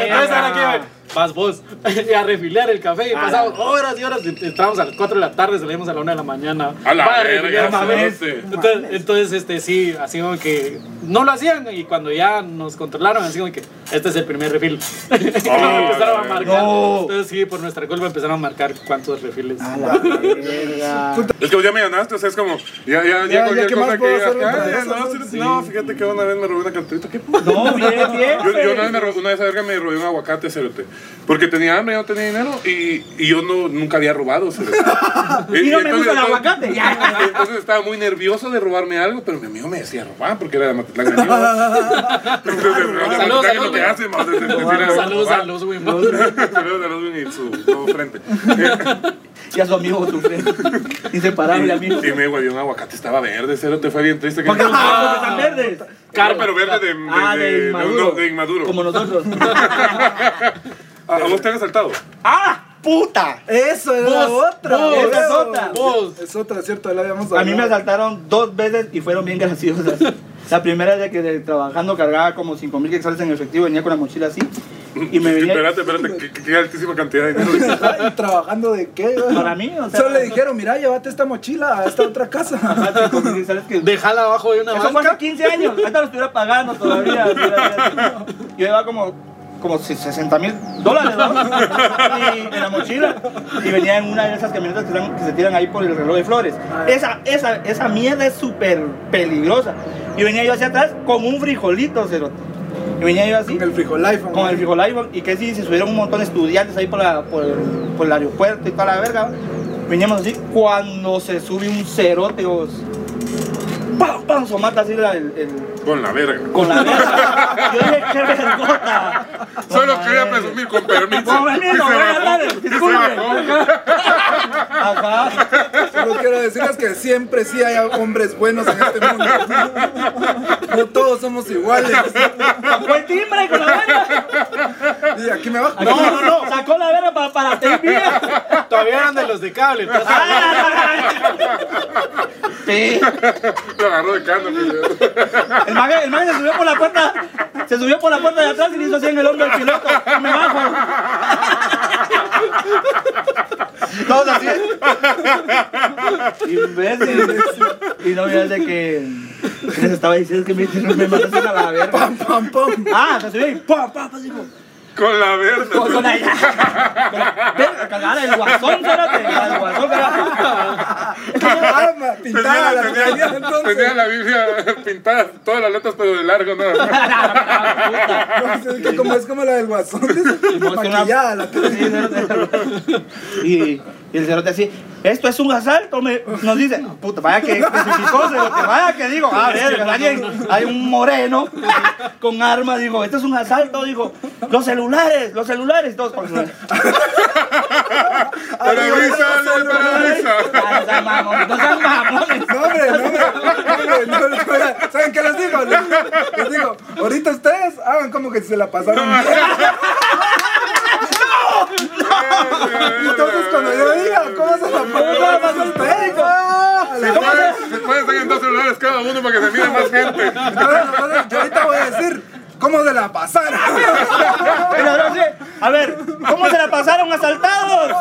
Speaker 4: Entonces ahora que vas vos <laughs> y a refilear el café y
Speaker 3: A la
Speaker 4: pasamos horas y horas. Estábamos a las 4 de la tarde, salíamos a la 1 de la mañana.
Speaker 2: A la
Speaker 4: para
Speaker 2: verga,
Speaker 4: refilear
Speaker 2: cerote.
Speaker 4: cafés. Entonces, entonces, este sí, así como que no lo hacían y cuando ya nos controlaron, así como que este es el primer refil. <laughs> Entonces,
Speaker 2: Ah,
Speaker 4: empezaron a
Speaker 2: la
Speaker 4: marcar.
Speaker 2: verga.
Speaker 3: No.
Speaker 4: Entonces sí, por nuestra culpa empezaron a marcar cuántos refiles.
Speaker 3: A la verga.
Speaker 2: Es que ya me ganaste, o sea, es como, ya, ya, ya,
Speaker 1: Ya,
Speaker 2: cualquier
Speaker 1: ya, ¿qué
Speaker 2: cosa
Speaker 1: más
Speaker 2: que
Speaker 1: puedo
Speaker 2: digas,
Speaker 1: hacer
Speaker 2: "Ah,
Speaker 1: otra
Speaker 2: ya,
Speaker 1: vez?"
Speaker 2: no, cerote, no, fíjate que una vez me robé una canturita, qué puta.
Speaker 3: No, bien, bien. pues.
Speaker 2: Yo, yo una vez me robé, una vez verga me robé un aguacate, cerote. Porque tenía hambre, yo no tenía dinero y, y yo no, nunca había robado,
Speaker 3: <laughs>
Speaker 2: cerote.
Speaker 3: Y no me
Speaker 2: entonces
Speaker 3: gusta el
Speaker 2: estaba- <laughs>
Speaker 3: aguacate. Ya.
Speaker 2: Entonces estaba muy nervioso de robarme algo, pero mi amigo me decía robar porque era de Matitlán. mi
Speaker 3: <laughs>
Speaker 2: amigo. Entonces, de Matitlán es lo
Speaker 4: Saludos, saludos,
Speaker 2: que
Speaker 4: güey.
Speaker 2: hace, más de- de- de- de- robar.
Speaker 4: Saludos a
Speaker 2: <laughs>
Speaker 4: los
Speaker 2: Saludos
Speaker 4: Wimbos.
Speaker 2: a los Wim y su nuevo frente.
Speaker 3: Ya su amigo sufre.
Speaker 2: <laughs>
Speaker 3: Inseparable amigo.
Speaker 2: Y me guayó un aguacate, estaba verde, cerote, fue bien triste. que-
Speaker 3: Porque los ojos están verdes. <laughs>
Speaker 2: Claro, pero verde de, de,
Speaker 3: Ah,
Speaker 2: de-
Speaker 3: de
Speaker 2: de-
Speaker 3: inmaduro.
Speaker 2: no, de inmaduro. <laughs>
Speaker 3: Como nosotros.
Speaker 2: ¿A a vos te han asaltado?
Speaker 3: ¡Ah! ¡Puta!
Speaker 1: Eso era la
Speaker 4: Vos,
Speaker 1: otra.
Speaker 4: vos,
Speaker 1: güey.
Speaker 3: esa es otra.
Speaker 4: Vos.
Speaker 1: Es otra, cierto, la habíamos
Speaker 3: A mí me
Speaker 1: hablado.
Speaker 3: asaltaron dos veces y fueron bien graciosas. La primera de que de- trabajando cargaba como 5 mil quetzales en efectivo, venía con la mochila así.
Speaker 2: <laughs>
Speaker 3: Y me venía.
Speaker 2: Espérate, espérate, qué- qué- qué altísima cantidad de
Speaker 1: <laughs>
Speaker 2: dinero.
Speaker 1: ¿Y trabajando de qué? güey?
Speaker 3: Para mí, o sea,
Speaker 1: Solo le dijeron, mira, llévate esta mochila a esta otra casa. <laughs>
Speaker 3: Ajá, 5,000 Ah, quetzales que-
Speaker 4: Dejala abajo de una
Speaker 3: Eso fue hace
Speaker 4: banca.
Speaker 3: 15 años. Ahorita lo estuviera pagando todavía. Yo llevaba como, como 60 mil dólares ¿no? Y- en la mochila. Y venía en una de esas camionetas que, están- que se tiran ahí por el reloj de flores. Esa, esa, esa mierda es súper peligrosa. Y venía yo hacia atrás con un frijolito, cerote. Y venía yo así
Speaker 1: Con el frijol iPhone.
Speaker 3: con el frijol Ivan, y que si se subieron un montón de estudiantes ahí por, la- por el, por el aeropuerto y toda la verga. Veníamos así, cuando se sube un cerote, vos, ¡pam, pam! Se mata así la- el- el-
Speaker 2: Con la verga.
Speaker 3: con
Speaker 2: <laughs>
Speaker 3: la verga. Yo dije, ¡qué vergota! Con
Speaker 2: Solo
Speaker 3: la
Speaker 2: quería
Speaker 3: verga.
Speaker 2: presumir con permiso.
Speaker 3: Con
Speaker 2: Y
Speaker 3: permiso,
Speaker 2: se
Speaker 3: buenas
Speaker 2: bajó,
Speaker 3: tardes,
Speaker 2: y se
Speaker 3: disculpe.
Speaker 2: bajó.
Speaker 3: Ajá.
Speaker 1: Solo quiero decirles que siempre sí hay hombres buenos en este mundo. No todos somos iguales.
Speaker 3: Sacó el timbre con la verga.
Speaker 1: Y aquí me bajo.
Speaker 3: No, no, no. Sacó la verga para, para te
Speaker 2: <laughs>
Speaker 3: envía.
Speaker 4: Todavía eran de los de cable. entonces-
Speaker 3: Sí.
Speaker 2: Lo agarró de cano. pues.
Speaker 3: El man, el man se subió por la puerta, se subió por la puerta de atrás y le hizo así en el hombro al piloto. Me bajo. Todos así. Imbécil. Y no miras de que. que Les estaba diciendo que me, me mataste a la verga.
Speaker 1: Pam, pam, pam.
Speaker 3: Ah, se subió y pam, pam, pam, dijo.
Speaker 2: Con la verga.
Speaker 3: Con, con la. Con la verga, cagada, el guasón, espérate. El guasón, espérate.
Speaker 1: Arma, pintada la
Speaker 2: tenía,
Speaker 1: tenía
Speaker 2: tenía
Speaker 1: entonces.
Speaker 2: la Biblia pintada, todas las letras, pero de largo, nada más.
Speaker 1: No, es que como es como la del guasón. dice,
Speaker 3: Como es que una-
Speaker 1: Maquillada la tenía.
Speaker 3: Sí, cerote. <laughs> Y, y el cerote así, esto es un asalto, me- nos dice, puta, vaya que especificó, cerote, vaya que digo, <laughs> a ver, alguien, hay un moreno con arma, digo, esto es un asalto, digo, los celulares, los celulares, todos con celulares.
Speaker 2: Para risa,
Speaker 1: no,
Speaker 2: para risa.
Speaker 3: Ah, No sean mamones, no sean mamones.
Speaker 1: No, hombre, no, hombre, no, hombre, no, no, no. ¿Saben qué les digo? Les, les digo, ahorita ustedes hagan como que se la pasaron bien. Entonces, cuando yo diga, ¿cómo se la pasaron ustedes? Ah, la madre.
Speaker 2: Se pueden seguir en dos celulares cada uno para que se mire más gente.
Speaker 1: Entonces, entonces, yo ahorita voy a decir, ¿cómo se la pasaron? <laughs>
Speaker 3: Pero no sé, a ver, ¿cómo se la pasaron asaltados?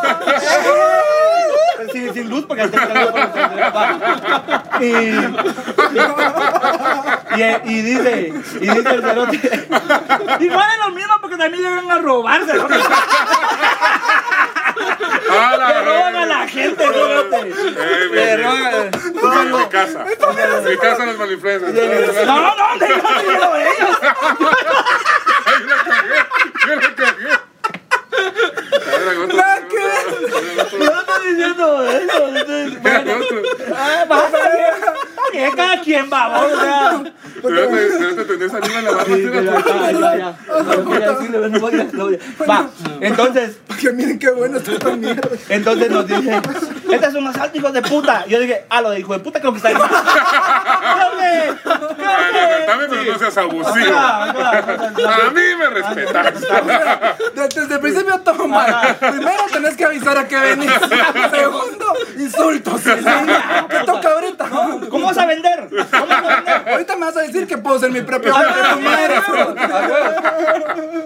Speaker 3: Sin, sin luz, porque antes tenía por el celular. y, y, y dice, y dice el cerote, igual es lo mismo porque también llegan a robarse, ¿no?
Speaker 2: ¡A la
Speaker 3: le roban a
Speaker 2: verga!
Speaker 3: la gente, cerote.
Speaker 2: Eh, bien,
Speaker 3: Le
Speaker 2: bien.
Speaker 3: roban.
Speaker 2: No, en mi casa. En mi casa los malinfluencers.
Speaker 3: No, no, no, no, no, ellos.
Speaker 2: Yo le cagué. A ver, hago otro.
Speaker 1: Nada que ver.
Speaker 3: Yo no estoy diciendo eso. entonces, Bueno,
Speaker 2: Hago otro.
Speaker 3: ah, va, está bien. Está bien, cada quien va, o sea.
Speaker 2: Pero te- pero te tenés saliva en la barba,
Speaker 3: Sí,
Speaker 2: tira.
Speaker 3: pero acá, ya, ya. No voy a decirle, no voy a- no voy a- Va, entonces,
Speaker 1: Porque miren qué bueno está esta mierda.
Speaker 3: entonces nos dicen, este es un asalto, hijos de puta. Yo dije, ah, lo de hijo de puta creo que está ahí. ¡Creo que! ¡Creo
Speaker 2: Respetame, pero no seas
Speaker 3: que!
Speaker 2: abusivo.
Speaker 3: Ah, claro, claro.
Speaker 2: A mí me respetas.
Speaker 1: Desde, desde el principio todo mal. Primero tenés que avisar a qué
Speaker 2: <laughs>
Speaker 1: venís. Segundo, insultos. ¿Qué toca ahorita?
Speaker 3: ¿Cómo vas a vender? ¿Cómo vas a vender?
Speaker 1: Ahorita me vas a decir que puedo ser mi propio jefe de tu madre.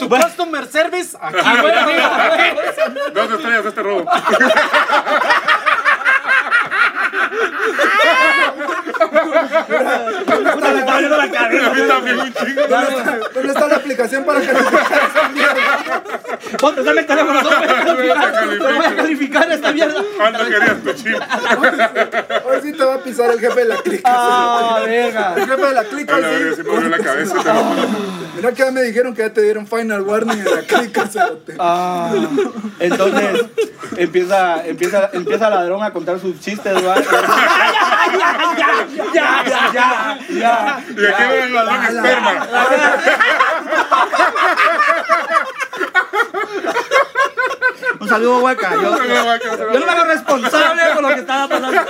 Speaker 4: Tu customer service aquí.
Speaker 2: Dos estrellas de este robo.
Speaker 3: Puta, me está viendo la
Speaker 2: A mí
Speaker 3: cabeza.
Speaker 2: también un chingo.
Speaker 1: ¿Dónde está, dónde está la aplicación para que
Speaker 3: Ponte, dame el teléfono. No <laughs> voy a calificar.
Speaker 2: Te
Speaker 3: No voy a calificar esta mierda.
Speaker 2: ¿Cuánto querías tu chip?
Speaker 1: Hoy sí te va a pisar el jefe de la clica.
Speaker 3: Ah, verga.
Speaker 1: El jefe de la clica
Speaker 2: A la verga,
Speaker 1: hoy
Speaker 2: sí
Speaker 1: sí.
Speaker 2: me volvió la cabeza. te lo juro.
Speaker 1: Mira que ya me dijeron que ya te dieron final warning en la clica. cerote.
Speaker 3: Ah, entonces empieza, empieza, empieza ladrón a contar sus chistes, ¿verdad? ya, ya, ya, ya, ya,
Speaker 2: Y aquí viene el ladrón esperma.
Speaker 3: Un saludo hueca. Yo,
Speaker 2: Saludo, Hueca, saludo.
Speaker 3: yo no me hago responsable por lo que estaba pasando.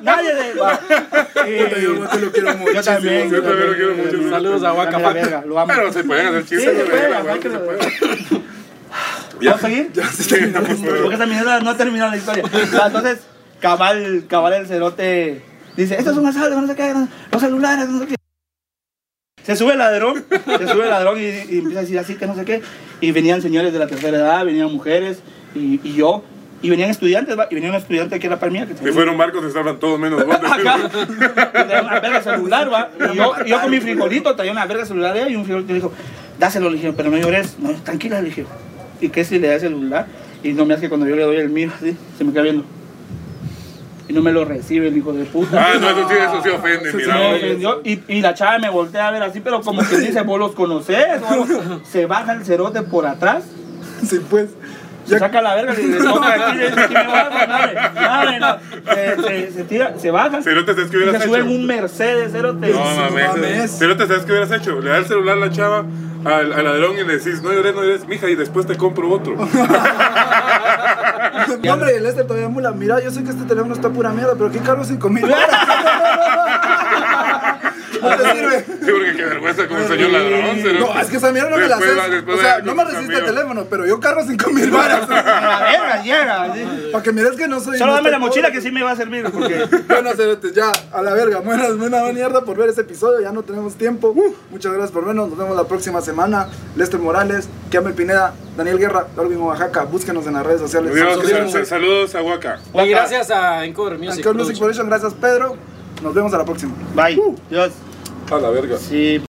Speaker 3: Nadie de. va.
Speaker 1: Puta, Yo no te lo quiero mucho.
Speaker 3: Yo también.
Speaker 2: Yo también lo quiero mucho.
Speaker 4: Saludos a
Speaker 3: Dame la
Speaker 4: Huacapac.
Speaker 3: verga, lo amo.
Speaker 2: Pero se pueden hacer
Speaker 3: Sí,
Speaker 2: chistes.
Speaker 3: se
Speaker 2: güey,
Speaker 3: puede,
Speaker 2: la
Speaker 3: hay
Speaker 2: verdad,
Speaker 3: que
Speaker 2: se
Speaker 3: lo-
Speaker 2: puede.
Speaker 3: ¿Vamos a seguir?
Speaker 1: Ya se terminó la historia.
Speaker 3: <laughs> Porque esa mierda no ha terminado la historia. Va, Entonces, cabal, cabal el cerote dice, esto es un asalto, no sé qué, no- los celulares, no sé qué. Se sube el ladrón, se sube el ladrón y, y empieza a decir así que no sé qué. Y venían señores de la tercera edad, venían mujeres y, y yo. Y venían estudiantes, va, y venía un estudiante que era para mí. Que
Speaker 2: Si fueron barcos, estaban todos menos vos.
Speaker 3: traía una verga celular, va. Y yo, y yo con mi frijolito traía una verga celular de ella y un frijolito le dijo, dáselo, le dije, pero no llores, no, tranquila, le dije. ¿Y qué si le das el celular? Y no me hace que cuando yo le doy el mío, así, se me queda viendo. Y no me lo recibe el hijo de puta.
Speaker 2: Ah, no, eso sí, eso sí ofende,
Speaker 3: Se me
Speaker 2: mira.
Speaker 3: ofendió, y, y la chava me voltea a ver así, pero como que dice, vos los conocés. o algo. Se baja el cerote por atrás,
Speaker 1: Sí, pues.
Speaker 3: se saca la verga y le toca aquí, le dice, "Aquí me bajo, madre, madre, no". se, se- se tira, se baja.
Speaker 2: Cerote, ¿sabes qué
Speaker 3: Y
Speaker 2: hubieras
Speaker 3: se
Speaker 2: hecho?
Speaker 3: sube en un Mercedes, cerote.
Speaker 1: <laughs>
Speaker 2: No mames.
Speaker 1: mames.
Speaker 2: Cerote, ¿sabes qué hubieras hecho? Le das el celular a la chava, al, al ladrón y le decís, no llores, no llores, mija, y después te compro
Speaker 1: <laughs>
Speaker 2: otro.
Speaker 1: No, hombre, el Lester todavía mula. Mira, yo sé que este teléfono está pura mierda, pero qué caro 5 mil
Speaker 3: <laughs>
Speaker 1: dólares. No te sirve.
Speaker 2: Sí, porque qué vergüenza como el señor ladrón, cerote.
Speaker 1: No, es que esa mierda no me la haces.
Speaker 2: Después va- después
Speaker 1: O
Speaker 2: va a
Speaker 1: sea,
Speaker 2: ir
Speaker 1: no
Speaker 2: con
Speaker 1: me
Speaker 2: tus
Speaker 1: resiste el
Speaker 2: amigos.
Speaker 1: teléfones, pero yo carro 5 mil varas.
Speaker 3: A la verga, llega. así.
Speaker 1: Para que mires que no soy.
Speaker 3: Solo
Speaker 1: no
Speaker 3: dame
Speaker 1: estoy
Speaker 3: la mochila
Speaker 1: pobre.
Speaker 3: que sí me va a servir. Porque
Speaker 1: Bueno, cerotes, ya, a la verga. Buenas, buena mierda por ver este episodio. Ya no tenemos tiempo. Muchas gracias por vernos. Nos vemos la próxima semana. Lester Morales, Kiamel Pineda, Daniel Guerra, Darwin Oaxaca. Búsquenos en las redes sociales.
Speaker 2: Dios,
Speaker 1: Saludos,
Speaker 2: sal- sal- saludos a Huaca.
Speaker 4: Y gracias a Encore Music.
Speaker 1: Anchor Music
Speaker 4: Production.
Speaker 1: Uh. Production. Gracias, Pedro. Nos vemos a la próxima.
Speaker 3: Bye. Dios.
Speaker 2: A la verga.
Speaker 3: Sí.